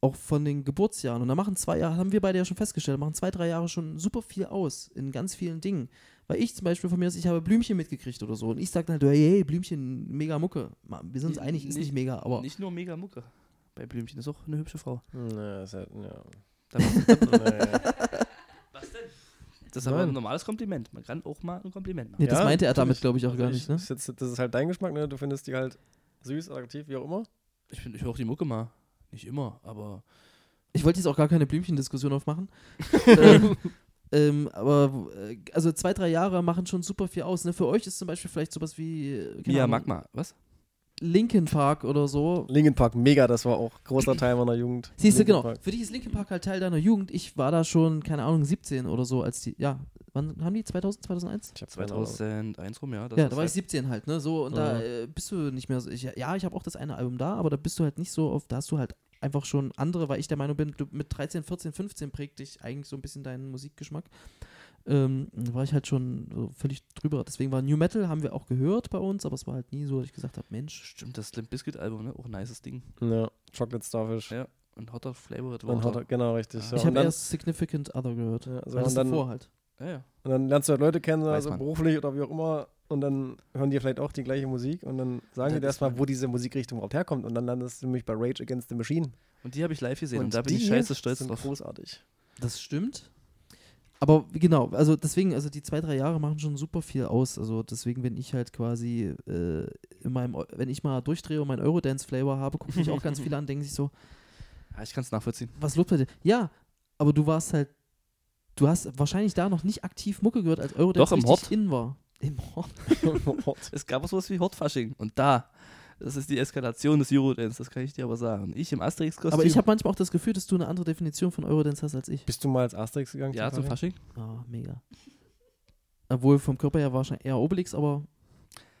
auch von den Geburtsjahren. Und da machen zwei Jahre, haben wir beide ja schon festgestellt, machen zwei, drei Jahre schon super viel aus in ganz vielen Dingen. Weil ich zum Beispiel von mir aus, ich habe Blümchen mitgekriegt oder so. Und ich sage dann halt, hey, hey, Blümchen, mega Mucke. Ma- Wir sind uns Nicht- einig, ist nicht mega, aber Nicht nur mega Mucke. Bei Blümchen ist auch eine hübsche Frau. Naja, ist halt, ja. Da musst du- Naja. Was denn? Das ist aber Nein. ein normales Kompliment. Man kann auch mal ein Kompliment machen. nee, das Ja, meinte er damit, natürlich. glaube ich, auch gar Also nicht. ich- Ne? Ist jetzt, das ist halt dein Geschmack, ne? Du findest die halt süß, attraktiv, wie auch immer. Ich, find- ich höre auch die Mucke mal. Nicht immer, aber Ich wollte jetzt auch gar keine Blümchendiskussion aufmachen. ähm, ähm, aber äh, also zwei, drei Jahre machen schon super viel aus. Ne? Für euch ist zum Beispiel vielleicht sowas wie äh, keine Mia Ahnung, Magma, was? Linkin Park oder so. Linkin Park, mega, das war auch großer Teil meiner Jugend. Siehst du, Linkin genau. Park. Für dich ist Linkin Park halt Teil deiner Jugend. Ich war da schon, keine Ahnung, 17 oder so, als die, ja, wann haben die? 2000, 2001? Ich hab keine Ahnung. 2001 rum, ja. das ja, ist da war ich halt- 17 halt, ne? So, und da Ja. äh, bist du nicht mehr so. Ich, ja, ich habe auch das eine Album da, aber da bist du halt nicht so auf, da hast du halt einfach schon andere, weil ich der Meinung bin, du mit 13, 14, 15 prägt dich eigentlich so ein bisschen deinen Musikgeschmack. Ähm, da war ich halt schon so völlig drüber. Deswegen war New Metal, haben wir auch gehört bei uns, aber es war halt nie so, dass ich gesagt habe, Mensch, Stimmt, das Limp Bizkit Album, ne? Auch ein nices Ding. Ja, Chocolate Starfish. Ja. Und Hotter Flavored Und Water. hat, genau, richtig. Ah. Ja. ich Und, habe dann, erst Significant Other gehört. ja, so, weil das und, dann, davor und halt. Ja, ja. dann lernst du halt Leute kennen, Weiß also man. beruflich oder wie auch immer. Und dann hören die vielleicht auch die gleiche Musik. Und dann sagen Das die dir ist erstmal, man. wo diese Musikrichtung überhaupt herkommt. Und dann landest du nämlich bei Rage Against the Machine. Und die habe ich live gesehen und, und da bin ich die scheiße stolz sind drauf. großartig. Das stimmt. Aber wie- genau, also deswegen, also die zwei, drei Jahre machen schon super viel aus. Also deswegen, wenn ich halt quasi äh, in meinem, Eu- wenn ich mal durchdrehe und meinen Eurodance-Flavor habe, gucken mich auch ganz viele an, denken sich so, Ja, ich kann es nachvollziehen. was los bei dir? Ja, aber du warst halt, du hast wahrscheinlich da noch nicht aktiv Mucke gehört, als Eurodance Doch, im richtig Hort. in war. Im Hort. Es gab auch sowas wie Hortfasching. Und da, das ist die Eskalation des Eurodance, das kann ich dir aber sagen. Ich im Asterix-Kostüm. Aber ich habe manchmal auch das Gefühl, dass du eine andere Definition von Eurodance hast als ich. Bist du mal als Asterix gegangen? Ja, zum Fasching? Fasching. Ah, mega. Obwohl vom Körper her wahrscheinlich eher Obelix, aber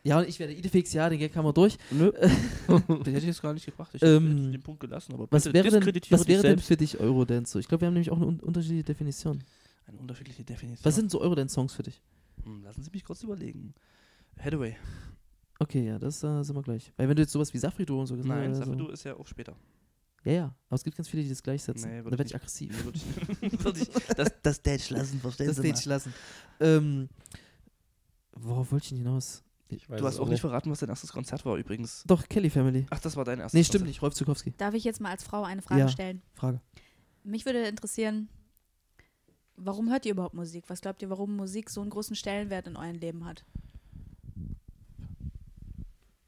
ja, und ich werde Idefix, ja, den Gag haben wir durch. Nö. das hätte ich jetzt gar nicht gebracht. Ich Ähm, hätte den Punkt gelassen, aber Was bitte wäre, denn, Äh, diskreditiere was dich wäre denn selbst. für dich Eurodance so? Ich glaube, wir haben nämlich auch eine un unterschiedliche Definition. Eine unterschiedliche Definition. Was sind so Eurodance-Songs für dich? Hm, Lassen Sie mich kurz überlegen. Hathaway. Okay, ja, das äh, sind wir gleich. Weil wenn du jetzt sowas wie Safrido und so gesagt Nein, hast. Safidu so. ist ja auch später. Ja, ja. Aber es gibt ganz viele, die das gleichsetzen. Nee, Nee, würd da ich werde ich nicht. aggressiv. Würde ich- würde ich- das, Das Stage lassen, verstehen das Sie mal. Stage lassen. Ähm, worauf wollte ich denn hinaus? du hast auch nicht verraten, was dein erstes Konzert war übrigens. Doch, Kelly Family. Ach, das war dein erstes Nee, stimmt Konzert. nicht. Rolf Zukowski. Darf ich jetzt mal als Frau eine Frage Ja. stellen? Frage. Mich würde interessieren, warum hört ihr überhaupt Musik? Was glaubt ihr, warum Musik so einen großen Stellenwert in eurem Leben hat?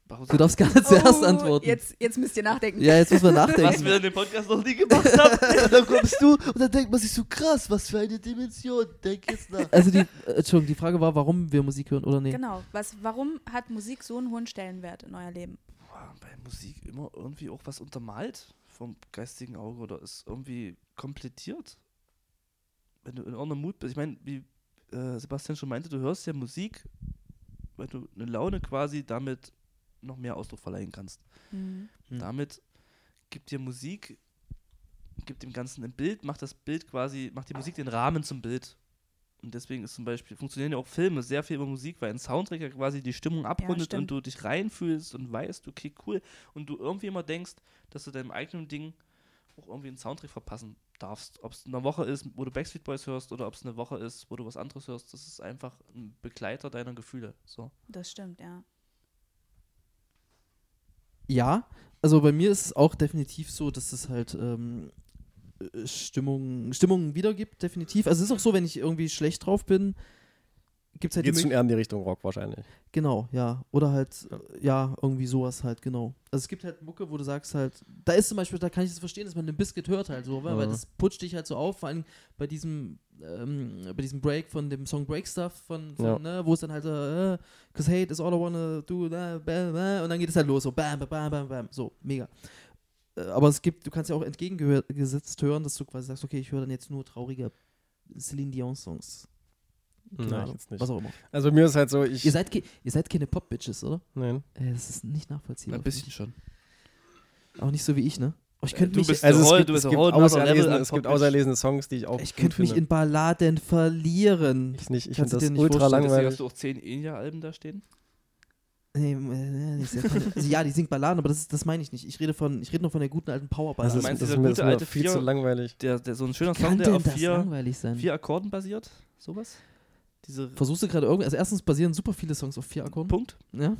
Warum- Du darfst gar nicht zuerst Oh, antworten. Jetzt, jetzt müsst ihr nachdenken. Ja, jetzt muss man nachdenken. Was wir in dem Podcast noch nie gemacht haben. Dann kommst du und dann denkt man sich so krass, was für eine Dimension. Denk jetzt nach. also die, äh, Entschuldigung, die Frage war, warum wir Musik hören oder nee. Genau. Was, warum hat Musik so einen hohen Stellenwert in euer Leben? Boah, Bei Musik immer irgendwie auch was untermalt vom geistigen Auge oder ist irgendwie komplettiert. Wenn du in irgendeinem Mut bist. Ich meine, wie äh, Sebastian schon meinte, du hörst ja Musik, weil du eine Laune quasi damit noch mehr Ausdruck verleihen kannst. Mhm. Hm. Damit gibt dir Musik, gibt dem Ganzen ein Bild, macht das Bild quasi, macht die Musik den Rahmen zum Bild. Und deswegen ist zum Beispiel, funktionieren ja auch Filme sehr viel über Musik, weil ein Soundtrack ja quasi die Stimmung abrundet und stimmt. du dich reinfühlst und weißt, okay, cool. Und du irgendwie immer denkst, dass du deinem eigenen Ding auch irgendwie einen Soundtrack verpassen darfst. Ob es eine Woche ist, wo du Backstreet Boys hörst oder ob es eine Woche ist, wo du was anderes hörst, das ist einfach ein Begleiter deiner Gefühle. So. Das stimmt, ja. Ja, also bei mir ist es auch definitiv so, dass es halt ähm, äh, Stimmung, Stimmungen wiedergibt, definitiv. Also es ist auch so, wenn ich irgendwie schlecht drauf bin, gibt es halt die Geht's schon Möglichkeit. eher in die Richtung Rock wahrscheinlich. Genau, ja. Oder halt, äh, ja, irgendwie sowas halt, genau. Also es gibt halt Mucke, wo du sagst halt, da ist zum Beispiel, da kann ich das verstehen, dass man den Biscuit hört halt so, weil weil Mhm. das putscht dich halt so auf, vor allem bei diesem, ähm, bei diesem Break von dem Song Break Stuff von, von Ja. ne, wo es dann halt, äh, cause hate is all I wanna do, da, bam, bam, und dann geht es halt los, so bam, bam, bam, bam, bam, so, mega. Äh, Aber es gibt, du kannst ja auch entgegengesetzt hören, dass du quasi sagst, okay, ich höre dann jetzt nur traurige Celine Dion Songs. Keine Nein, Ahnung, jetzt nicht. Was auch immer. Also mir ist halt so, ich. Ihr seid, ke- ihr seid keine Pop-Bitches, oder? nein. Äh, das ist nicht nachvollziehbar. Ein bisschen schon. Auch nicht so wie ich, ne? Oh, ich könnte du mich, bist- also, Also es whole- gibt, du bist es a gibt, whole another auserlesene, level es an gibt Pop-Bitch. auserlesene Songs, die ich auch ich gut könnte mich finde. in Balladen verlieren. Ich nicht, ich finde Kannst du das dir nicht ultra vorstellen, Deswegen langweilig. hast du auch zehn Enya-Alben da stehen. Nee, äh, nicht sehr funny. also, ja, die singt Balladen, aber das, ist- das meine ich nicht. Ich rede, von, ich rede noch von der guten alten Powerballade. Also das, meinst, das, dieser ist mir- das gute ist mir alte viel Vier- zu langweilig. Der, der, so ein schöner kann Song, der denn auf das vier, langweilig sein? vier Akkorden basiert. Sowas? Diese Versuchst du gerade irgendwie, also erstens basieren super viele Songs auf vier Akkorden. Punkt. Ja.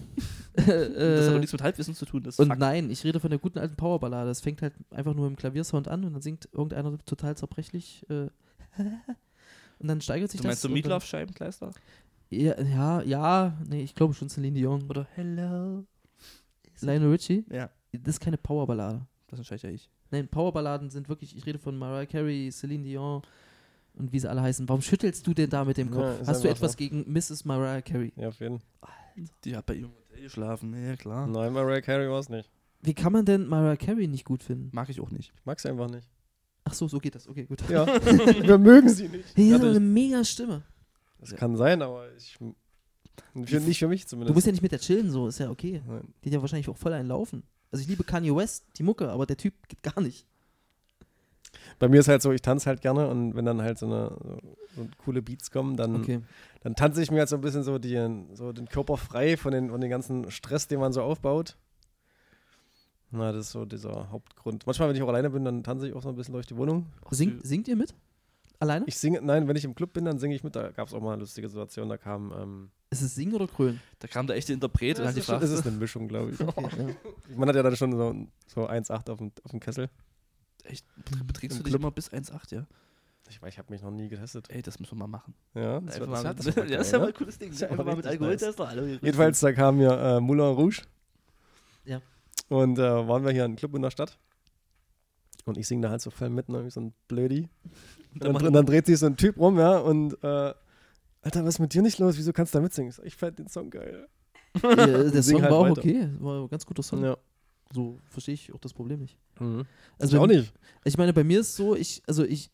das hat Äh, aber nichts mit Halbwissen zu tun. Das ist und Fakt. nein, ich rede von der guten alten Powerballade. Es fängt halt einfach nur mit dem Klaviersound an und dann singt irgendeiner total zerbrechlich. Äh, und dann steigert sich Du das. meinst so und dann- Meatloaf Scheibenkleister? Ja, ja, ja, nee, ich glaube schon Celine Dion. Oder Hello. Lionel Richie. Ja, Das ist keine Powerballade. das entscheide ja ich. Nein, Powerballaden sind wirklich, ich rede von Mariah Carey, Celine Dion und wie sie alle heißen. Warum schüttelst du denn da mit dem Ja, Kopf? ist Hast du einfach etwas so. gegen Mrs. Mariah Carey? Ja, auf jeden Fall. Die hat bei ihrem Hotel geschlafen, ja klar. Nein, Mariah Carey war es nicht. Wie kann man denn Mariah Carey nicht gut finden? Mag ich auch nicht. Ich mag sie einfach nicht. Ach so, so geht das. Okay, gut. Ja, wir mögen sie nicht. Die hat doch eine Dadurch, mega Stimme. das kann sein, aber ich, für, nicht für mich Du zumindest. musst ja nicht mit der chillen, so ist ja okay. Nein. Die hat ja wahrscheinlich auch voll einen Laufen. Also ich liebe Kanye West, die Mucke, aber der Typ geht gar nicht. Bei mir ist halt so, ich tanze halt gerne und wenn dann halt so eine so, so coole Beats kommen, dann, Okay. dann tanze ich mir halt so ein bisschen so, die, so den Körper frei von den, von den ganzen Stress, den man so aufbaut. Na, das ist so dieser Hauptgrund. Manchmal, wenn ich auch alleine bin, dann tanze ich auch so ein bisschen durch die Wohnung. Sing, singt ihr mit? Alleine? Ich singe, nein, wenn ich im Club bin, dann singe ich mit. Da gab es auch mal eine lustige Situation, da kam. Ähm, Ist es Singen oder Krölen? Da kam der echte Interpret und hat ist schon, gefragt. es ist eine Mischung, glaube ich. Okay, Man hat ja dann schon so, so 1,8 auf dem, auf dem Kessel. Echt, beträgst Im "Hm, du dich Club. immer bis 1,8, ja? Ich weiß, ich habe mich noch nie getestet. Ey, das müssen wir mal machen. Ja, das, Einfach war, mal das, mit- hat- das war ja, geil, ist ja mal ne? ein cooles Ding. Das ist ne? ja mal Einfach mal mit richtig Alkoholtester. hallo, ihr Jedenfalls, da kam hier äh, Moulin Rouge. Ja. Und äh, waren wir hier in einem Club in der Stadt. Und ich singe da halt so voll mit, ne, wie so ein Blödi. Und dann, und dann dreht sich so ein Typ rum, ja, und äh, Alter, was ist mit dir nicht los? Wieso kannst du da mitsingen? Ich sag, Ich fand den Song geil. ja, der Sing Song halt war auch weiter. okay. War ein ganz guter Song. Ja. So verstehe ich auch das Problem nicht. Mhm. Also Ich bei auch mi- nicht. Ich meine, bei mir ist so, ich, also ich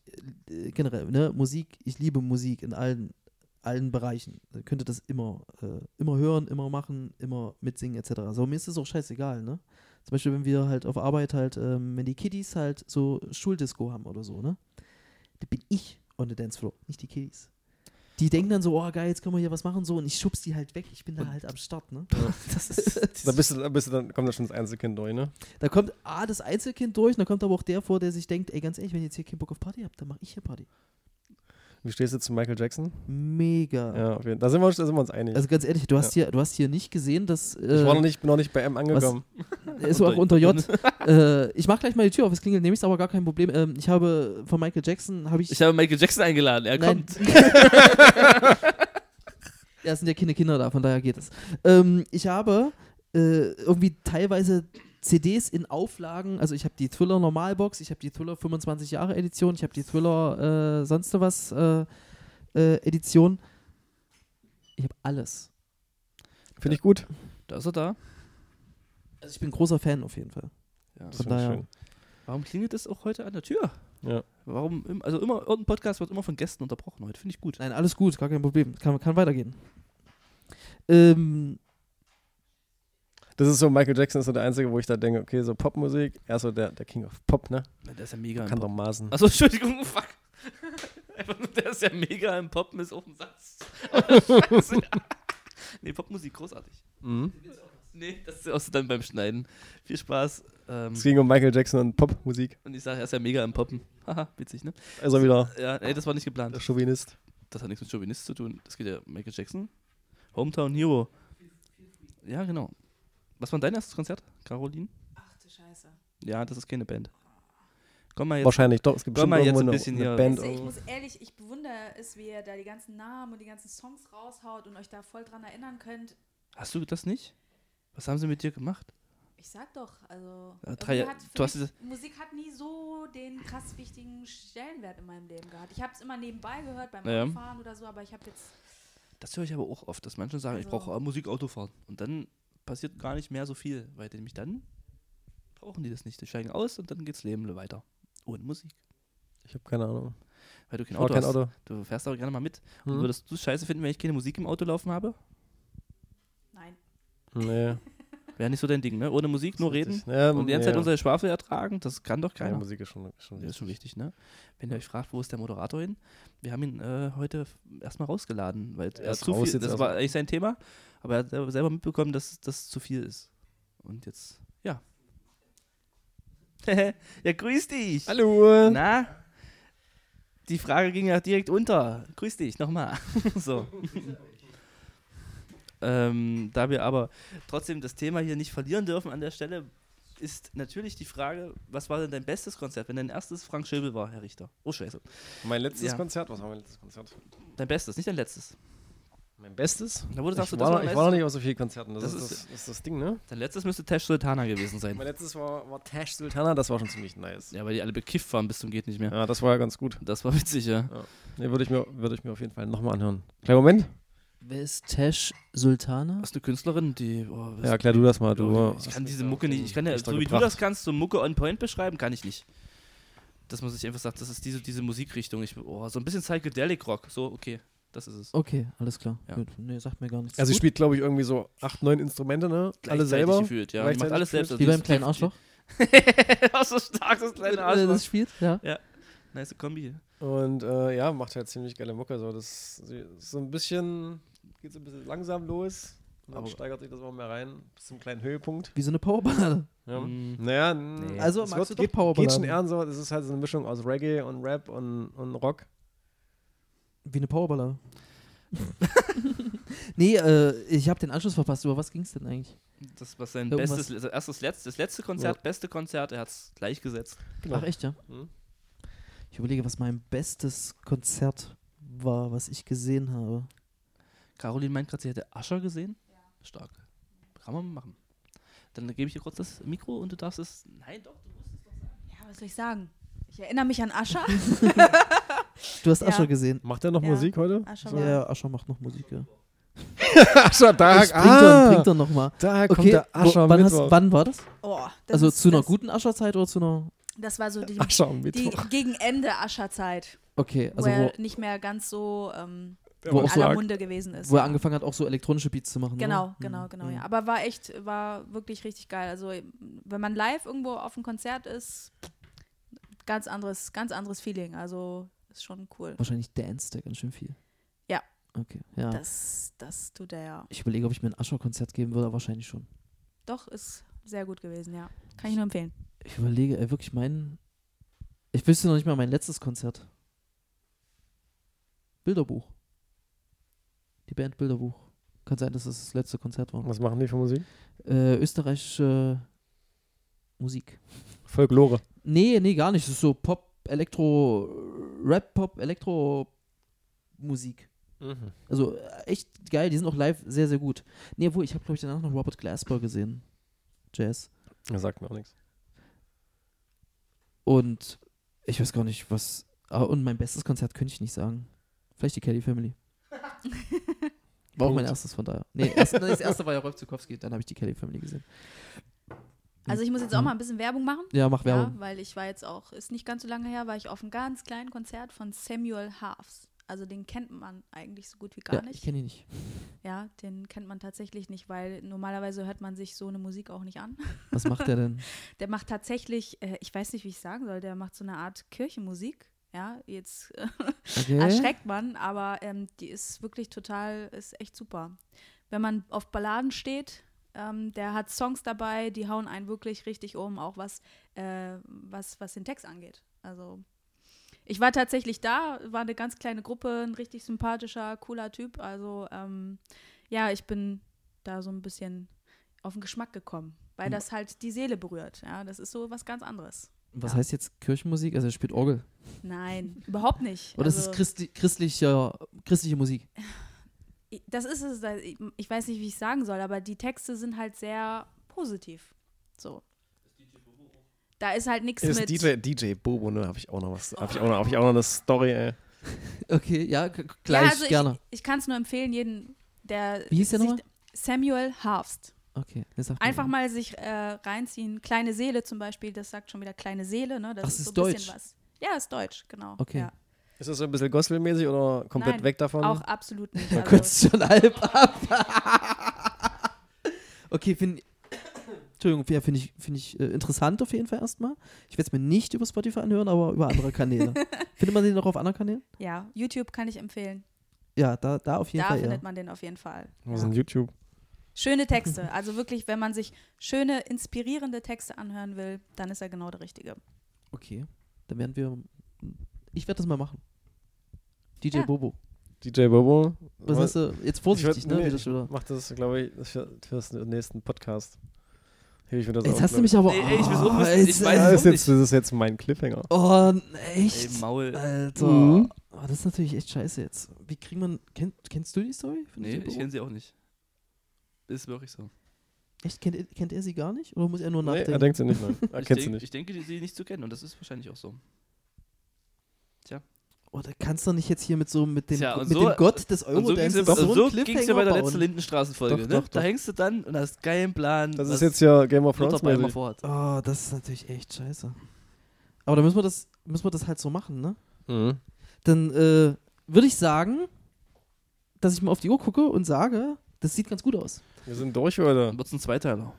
äh, generell, ne, Musik, ich liebe Musik in allen, allen Bereichen. Ich könnte das immer, äh, immer hören, immer machen, immer mitsingen, etc. So, mir ist das auch scheißegal, ne? Zum Beispiel, wenn wir halt auf Arbeit halt, ähm, wenn die Kiddies halt so Schuldisco haben oder so, ne? Da bin ich on the Dancefloor, nicht die Kiddies. Die denken dann so, oh geil, jetzt können wir hier was machen, so, und ich schubs die halt weg, ich bin da halt am Start, ne? Das ist, Da, bist du, da bist du dann, kommt da schon das Einzelkind durch, ne? da kommt A, das Einzelkind durch, und da kommt aber auch der vor, der sich denkt, ey, ganz ehrlich, wenn ihr jetzt hier keinen Bock auf Party habt, dann mache ich hier Party. Wie stehst du zu Michael Jackson? Mega. Ja, auf jeden Fall. Da sind wir, uns- da sind wir uns einig. Also ganz ehrlich, du hast, hier, du hast hier nicht gesehen, dass. Äh, ich war noch nicht, bin noch nicht bei M angekommen. Ist auch unter J. äh, ich mach gleich mal die Tür auf, es klingelt nämlich, ist aber gar kein Problem. Ähm, ich habe von Michael Jackson, habe ich. Ich habe Michael Jackson eingeladen, er Nein. kommt. ja, es sind ja keine Kinder da, von daher geht es. Ähm, ich habe äh, irgendwie teilweise CDs in Auflagen, also ich habe die Thriller Normalbox, ich habe die Thriller 25 Jahre Edition, ich habe die Thriller äh, sonst was äh, äh, Edition. Ich habe alles. Finde ich gut. Da ist er da. Also ich bin großer Fan auf jeden Fall. Ja. Das Von finde ich daher. schön. Warum klingelt es auch heute an der Tür? Ja. Warum? im- Also immer, irgendein Podcast wird immer von Gästen unterbrochen heute. Finde ich gut. Nein, alles gut, gar kein Problem. Kann, kann weitergehen. Ähm, Das ist so, Michael Jackson ist so der Einzige, wo ich da denke, okay, so Popmusik, er ist so der, der King of Pop, ne? Nein, Der ist ja mega Kann im Pop. doch maßen. Achso, Entschuldigung, fuck. Einfach nur, der ist ja mega im Poppen, ist auch ein Satz. Scheiße. nee, Popmusik, großartig. Mhm. Nee, das ist auch so dann beim Schneiden. Viel Spaß. Ähm, Es ging um Michael Jackson und Popmusik. und ich sage, er ist ja mega im Poppen. Haha, witzig, ne? Also wieder Ja, ey, das war nicht der geplant. Chauvinist. Das hat nichts mit Chauvinist zu tun. Das geht ja um Michael Jackson. Hometown Hero. Ja, genau. Was war dein erstes Konzert, Caroline? Ach du Scheiße. Ja, das ist keine Band. Komm mal jetzt. Wahrscheinlich doch. Es gibt Hör bestimmt mal jetzt irgendwo ein eine, bisschen eine hier. Band. Also ähm, ich muss ehrlich, ich bewundere es, wie ihr da die ganzen Namen und die ganzen Songs raushaut und euch da voll dran erinnern könnt. Hast du das nicht? Was haben sie mit dir gemacht? Ich sag doch, also Ja, drei- irgendwie hat für du hast mich, Musik hat nie so den krass wichtigen Stellenwert in meinem Leben gehabt. Ich habe es immer nebenbei gehört beim Ja. Autofahren oder so, aber ich habe jetzt Das höre ich aber auch oft, dass Menschen sagen, ich Also- brauche äh, Musik Autofahren. Und dann passiert gar nicht mehr so viel, weil nämlich dann brauchen die das nicht. Die steigen aus und dann geht's Leben weiter. Ohne Musik. Ich habe keine Ahnung. Weil du kein Ich Auto war kein hast. Auto. Du fährst aber gerne mal mit. Und Hm? würdest du es scheiße finden, wenn ich keine Musik im Auto laufen habe? nein. Nee. Wäre nicht so dein Ding, ne? Ohne Musik, nur reden. Ja, Und die ganze ja. Zeit unser Geschwafel ertragen, das kann doch Keine keiner. Musik ist schon, schon Das ist schon wichtig, ne? Wenn ihr euch fragt, wo ist der Moderator hin? Wir haben ihn äh, heute f- erstmal rausgeladen, weil er ist zu raus viel, jetzt das erstmal. war eigentlich sein Thema, aber er hat selber- selber mitbekommen, dass das zu viel ist. Und jetzt, ja. ja, grüß dich! Hallo! Na? Die Frage ging ja direkt unter. Grüß dich, nochmal. so. ähm, da wir aber trotzdem das Thema hier nicht verlieren dürfen an der Stelle, ist natürlich die Frage, was war denn dein bestes Konzert, wenn dein erstes Frank Schöbel war, Herr Richter? Oh, scheiße. Mein letztes Ja. Konzert, was war mein letztes Konzert? Dein bestes, nicht dein letztes. Mein bestes? Na, wo du Ich, sagst, du, das war, war noch, mein ich war noch bestes. nicht auf so vielen Konzerten. Das, Das ist, ist- das, ist das Ding, ne? Dein letztes müsste Tash Sultana gewesen sein. Mein letztes war, war Tash Sultana, das war schon ziemlich nice. Ja, weil die alle bekifft waren bis zum geht nicht mehr. Ja, das war ja ganz gut. Das war witzig, ja. Ne, würde ich, mir- würde ich mir auf jeden Fall nochmal anhören. Kleinen Moment. Wer ist Tash Sultana? Das ist eine Künstlerin, die. Oh, Ja, erklär du das mal. Du, Ja, äh, ich hast kann mich diese da auf Mucke den nicht. Ich kann ja, Richter so wie du gebracht. das kannst, so Mucke on point beschreiben, kann ich nicht. Das muss ich einfach sagen, das ist diese, diese Musikrichtung. Ich, oh, so ein bisschen Psychedelic Rock. So, okay, das ist es. Okay, alles klar. Ja. Gut. Nee, sagt mir gar nichts. Also sie Gut. spielt, glaube ich, irgendwie so acht, neun Instrumente, ne? Alle Gleichzeitig selber. Gefühlt, ja. Die macht Gleichzeitig alles selbst. Wie also beim die- kleinen die- Arschloch? Ach, so stark, das kleine also Äh, Arschloch. Das spielt, ja. Nice Kombi. Und äh, ja, macht halt ziemlich geile Mucke. So, das sie- ist so ein bisschen, geht so ein bisschen langsam los. Und dann Aber- steigert sich das auch mehr rein bis zum kleinen Höhepunkt. Wie so eine Powerballade. Ja. Mm. Naja, n- Nee. Also es magst du wird- doch geht, geht schon Powerballaden. ernst, aber es ist halt so eine Mischung aus Reggae und Rap und, und Rock. Wie eine Powerballade. nee, äh, ich habe den Anschluss verpasst. Über was ging's denn eigentlich? Das war sein Irgendwas. bestes, also erstes, letztes, das letzte Konzert, beste Konzert, er hat es gleichgesetzt. Genau. Ach echt, ja? Mhm. Ich überlege, was mein bestes Konzert war, was ich gesehen habe. Caroline meint gerade, sie hätte Ascher gesehen. Stark. Kann man machen. Dann gebe ich dir kurz das Mikro und du darfst es. Nein, doch, du musst es doch sagen. Ja, was soll ich sagen? Ich erinnere mich an Ascha. Du hast Ja. Ascher gesehen. Macht er noch Ja. Musik heute? Ascha Ja, ja, Ascher macht noch Musik, ja. Ascher Das Dark, Also, bringt er, bringt er noch mal. Daher ah. kommt Okay, der Ascher wo, am wann, hast, Mittwoch. wann war das? Oh, das also ist- zu einer das- guten Ascherzeit oder zu einer. Das war so die, Ascher am die Mittwoch. gegen Ende Ascha-Zeit, Okay, wo also wo, er nicht mehr ganz so ähm, Der wo in auch so aller arg- Munde gewesen ist. wo er angefangen hat, auch so elektronische Beats zu machen. Genau, oder? genau, genau, Mhm. ja. Aber war echt, war wirklich richtig geil. Also wenn man live irgendwo auf einem Konzert ist, ganz anderes, ganz anderes Feeling. Also ist schon cool. Wahrscheinlich danced er ganz schön viel. Ja. Okay, ja. Das, das tut er ja. ich überlege, ob ich mir ein Ascher-Konzert geben würde, wahrscheinlich schon. Doch, ist sehr gut gewesen, ja. Kann ich nur empfehlen. Ich überlege, ey, wirklich mein. Ich wüsste noch nicht mal mein letztes Konzert. Bilderbuch. Die Band Bilderbuch. Kann sein, dass es das letzte Konzert war. Was machen die für Musik? Äh, österreichische Musik. Folklore. Nee, nee, gar nicht. Es ist so Pop, Elektro, Rap, Pop, Elektro Musik. Mhm. Also äh, echt geil, die sind auch live sehr, sehr gut. Nee, obwohl, ich habe, glaube ich, danach noch Robert Glasper gesehen. Jazz. Das sagt mir auch nichts. Und ich weiß gar nicht, was. Ah, und mein bestes Konzert könnte ich nicht sagen. Vielleicht die Kelly Family. War auch mein Punkt. erstes von daher. Nee, erst, nee, das erste war ja Rolf Zukowski, dann habe ich die Kelly Family gesehen. Also ich muss jetzt auch Mhm. mal ein bisschen Werbung machen. Ja, mach Ja, Werbung. weil ich war jetzt auch, ist nicht ganz so lange her, war ich auf einem ganz kleinen Konzert von Samuel Harfs. Also den kennt man eigentlich so gut wie gar ja, ich nicht. kenne ihn nicht. Ja, den kennt man tatsächlich nicht, weil normalerweise hört man sich so eine Musik auch nicht an. Was macht er denn? Der macht tatsächlich, äh, ich weiß nicht, wie ich sagen soll, der macht so eine Art Kirchenmusik. Ja, jetzt äh, Okay. erschreckt man, aber ähm, die ist wirklich total, ist echt super. Wenn man auf Balladen steht, ähm, der hat Songs dabei, die hauen einen wirklich richtig um, auch was, äh, was, was den Text angeht. Also ich war tatsächlich da, war eine ganz kleine Gruppe, ein richtig sympathischer, cooler Typ. Also ähm, ja, ich bin da so ein bisschen auf den Geschmack gekommen, weil Mhm. das halt die Seele berührt. Ja, das ist so was ganz anderes. Was heißt jetzt Kirchenmusik? Also er spielt Orgel. Nein, überhaupt nicht. Oder Also- das ist christli christlicher, christliche Musik. I- das ist es, da- ich- ich weiß nicht, wie ich sagen soll, aber die Texte sind halt sehr positiv. So. Da ist halt nichts Ist mit. DJ, DJ Bobo, ne? Hab ich auch noch was. Hab ich auch noch, hab ich auch noch eine Story, ey. Okay, ja, g- ja, gleich, also ich, gerne. Ich kann es nur empfehlen, jeden, der. Wie hieß der sich- nochmal? Samuel Harfst. Okay, jetzt sagt Einfach mal sich äh, reinziehen. Kleine Seele zum Beispiel, das sagt schon wieder kleine Seele, ne? Das Ach, ist es ist so ein deutsch. bisschen was. Ja, ist deutsch, genau. Okay. Ja. Ist das so ein bisschen gospelmäßig oder komplett Nein, weg davon? Auch absolut nicht. Du Also, kürzt schon halb ab. okay, find, Entschuldigung, ja, finde ich, find ich äh, interessant auf jeden Fall erstmal. Ich werde es mir nicht über Spotify anhören, aber über andere Kanäle. Findet man den auch auf anderen Kanälen? Ja, YouTube kann ich empfehlen. Ja, da, da auf jeden Da Fall. findet Ja. man den auf jeden Fall. Was Ja. ist denn YouTube? Schöne Texte. Also wirklich, wenn man sich schöne, inspirierende Texte anhören will, dann ist er genau der Richtige. Okay, dann werden wir. hm, Ich werde das mal machen. DJ Ja. Bobo. DJ Bobo. Was hast du? Jetzt vorsichtig, ich würd- ne? nee, wie das wieder. ich mach das, glaube ich, für, fürs nächsten Podcast. Hebe ich mir das Jetzt auf, hast du glaub mich aber. Nee, ey, ich will's auch Ah, wissen, ich jetzt, Ja, weiß das, ist äh, warum jetzt, nicht? das ist jetzt mein Cliffhanger. Oh, Ey, echt? Maul. Alter. Mhm. Oh, das ist natürlich echt scheiße jetzt. Wie kriegt man. Kenn, kennst du die Story? von Nee, DJ ich Bobo? kenne sie auch nicht. Ist wirklich so. Echt? Kennt, er- kennt er sie gar nicht? Oder muss er nur Nee, ah, nachdenken? er denkt sie nicht, nein. Er ich, kennt sie denk- nicht. ich denke, die- sie nicht zu kennen und das ist wahrscheinlich auch so. oh, da kannst du nicht jetzt hier mit so mit dem, Tja, und mit so- dem Gott des Und so Eurodance ging's einen also so ging's Cliffhanger ja bei der bauen. letzten Lindenstraßenfolge. Doch, ne? doch, Da doch. hängst du dann und hast keinen Plan. Das was ist jetzt ja Game of Thrones Luther Palmer mäßig. vorhat. Oh, das ist natürlich echt scheiße. Aber da müssen wir das, müssen wir das halt so machen, ne? Mhm. Dann äh, würde ich sagen, dass ich mal auf die Uhr gucke und sage, das sieht ganz gut aus. Wir sind durch, oder? Dann wird es ein Zweiteiler.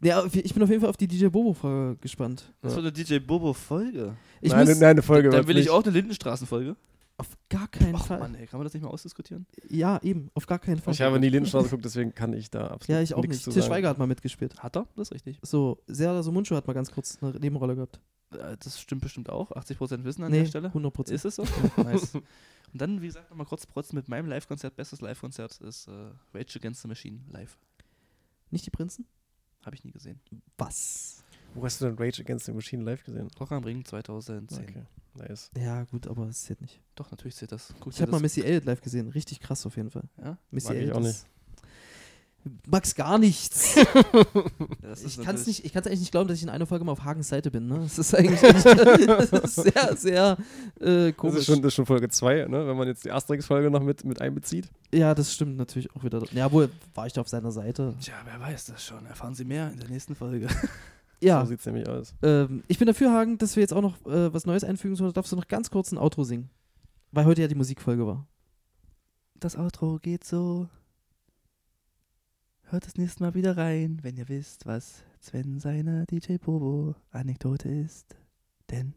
Ja, auf- ich bin auf jeden Fall auf die DJ Bobo-Folge gespannt. Das Ja. wird eine DJ Bobo-Folge. Ich nein, ne, muss nein, eine Folge Dann wird's will ich nicht. auch eine Lindenstraßenfolge. auf gar keinen Ach Fall. Mann, ey, kann man das nicht mal ausdiskutieren? Ja, eben, auf gar keinen Fall. Ich habe nie Lindenstraße geguckt, deswegen kann ich da absolut Ja, ich auch nichts nicht. zu Til sagen. Schweiger hat mal mitgespielt. Hat er? Das ist richtig. So, Serda Sumunchu hat mal ganz kurz eine Nebenrolle gehabt. Äh, Das stimmt bestimmt auch. 80% Wissen an nee, der Stelle. 100 Prozent. Ist es so? nice. Und dann, wie gesagt, nochmal kurz protzen mit meinem Live-Konzert. Bestes Live-Konzert ist äh, Rage Against the Machine live. Nicht die Prinzen? Habe ich nie gesehen. Was? Wo hast du denn Rage Against the Machine live gesehen? Rock am Ring Äh, 2010. Okay, nice. Ja, gut, aber es zählt nicht. Doch, natürlich zählt das. Guck Ich dir habe mal das- Missy Elliott live gesehen. Richtig krass auf jeden Fall. Ja? Missy Mag ich Elliott auch ist- Magst gar nichts. Ja, das ich kann es ist natürlich- nicht, ich kann's eigentlich nicht glauben, dass ich in einer Folge mal auf Hagens Seite bin. Ne? Das ist eigentlich echt, das ist sehr, sehr äh, Das komisch. ist, schon, das ist schon Folge 2, ne? wenn man jetzt die Asterix-Folge noch mit, mit einbezieht. ja, das stimmt natürlich auch wieder. Ja, wohl war ich da auf seiner Seite. Tja, wer weiß das schon. Erfahren Sie mehr in der nächsten Folge. Ja, So sieht es nämlich aus. ähm, ich bin dafür, Hagen, dass wir jetzt auch noch äh, was Neues einfügen sollen. Darfst du noch ganz kurz ein Outro singen? Weil heute ja die Musikfolge war. Das Outro geht so. Hört das nächste Mal wieder rein, wenn ihr wisst, was Sven seiner DJ Bobo Anekdote ist. Denn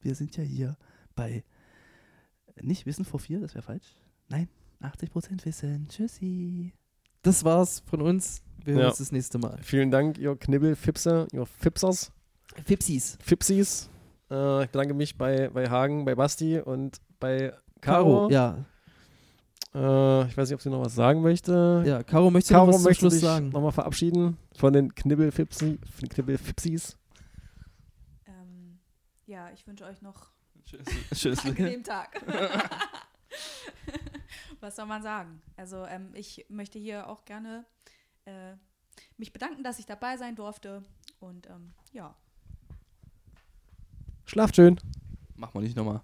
wir sind ja hier bei nicht Wissen vor vier, das wäre falsch. Nein, 80% Wissen. Tschüssi. Das war's von uns. Wir hören Ja. uns das nächste Mal. Vielen Dank, ihr Knibbel-Fipser, ihr Fipsers, Fipsis. Fipsis. Äh, ich bedanke mich bei, bei Hagen, bei Basti und bei Caro. Caro. Ja, Äh, ich weiß nicht, ob sie noch was sagen möchte. ja. Caro, möchtest du noch Caro was zum möchte Schluss sich sagen? nochmal verabschieden von den Knibbel-Fipsi- von den Knibbel-Fipsis. Ähm, ja, ich wünsche euch noch Tschüss. einen angenehmen Tag. Was soll man sagen? Also ähm, ich möchte hier auch gerne äh, mich bedanken, dass ich dabei sein durfte. Und ähm, ja. Schlaft schön. Machen wir nicht nochmal.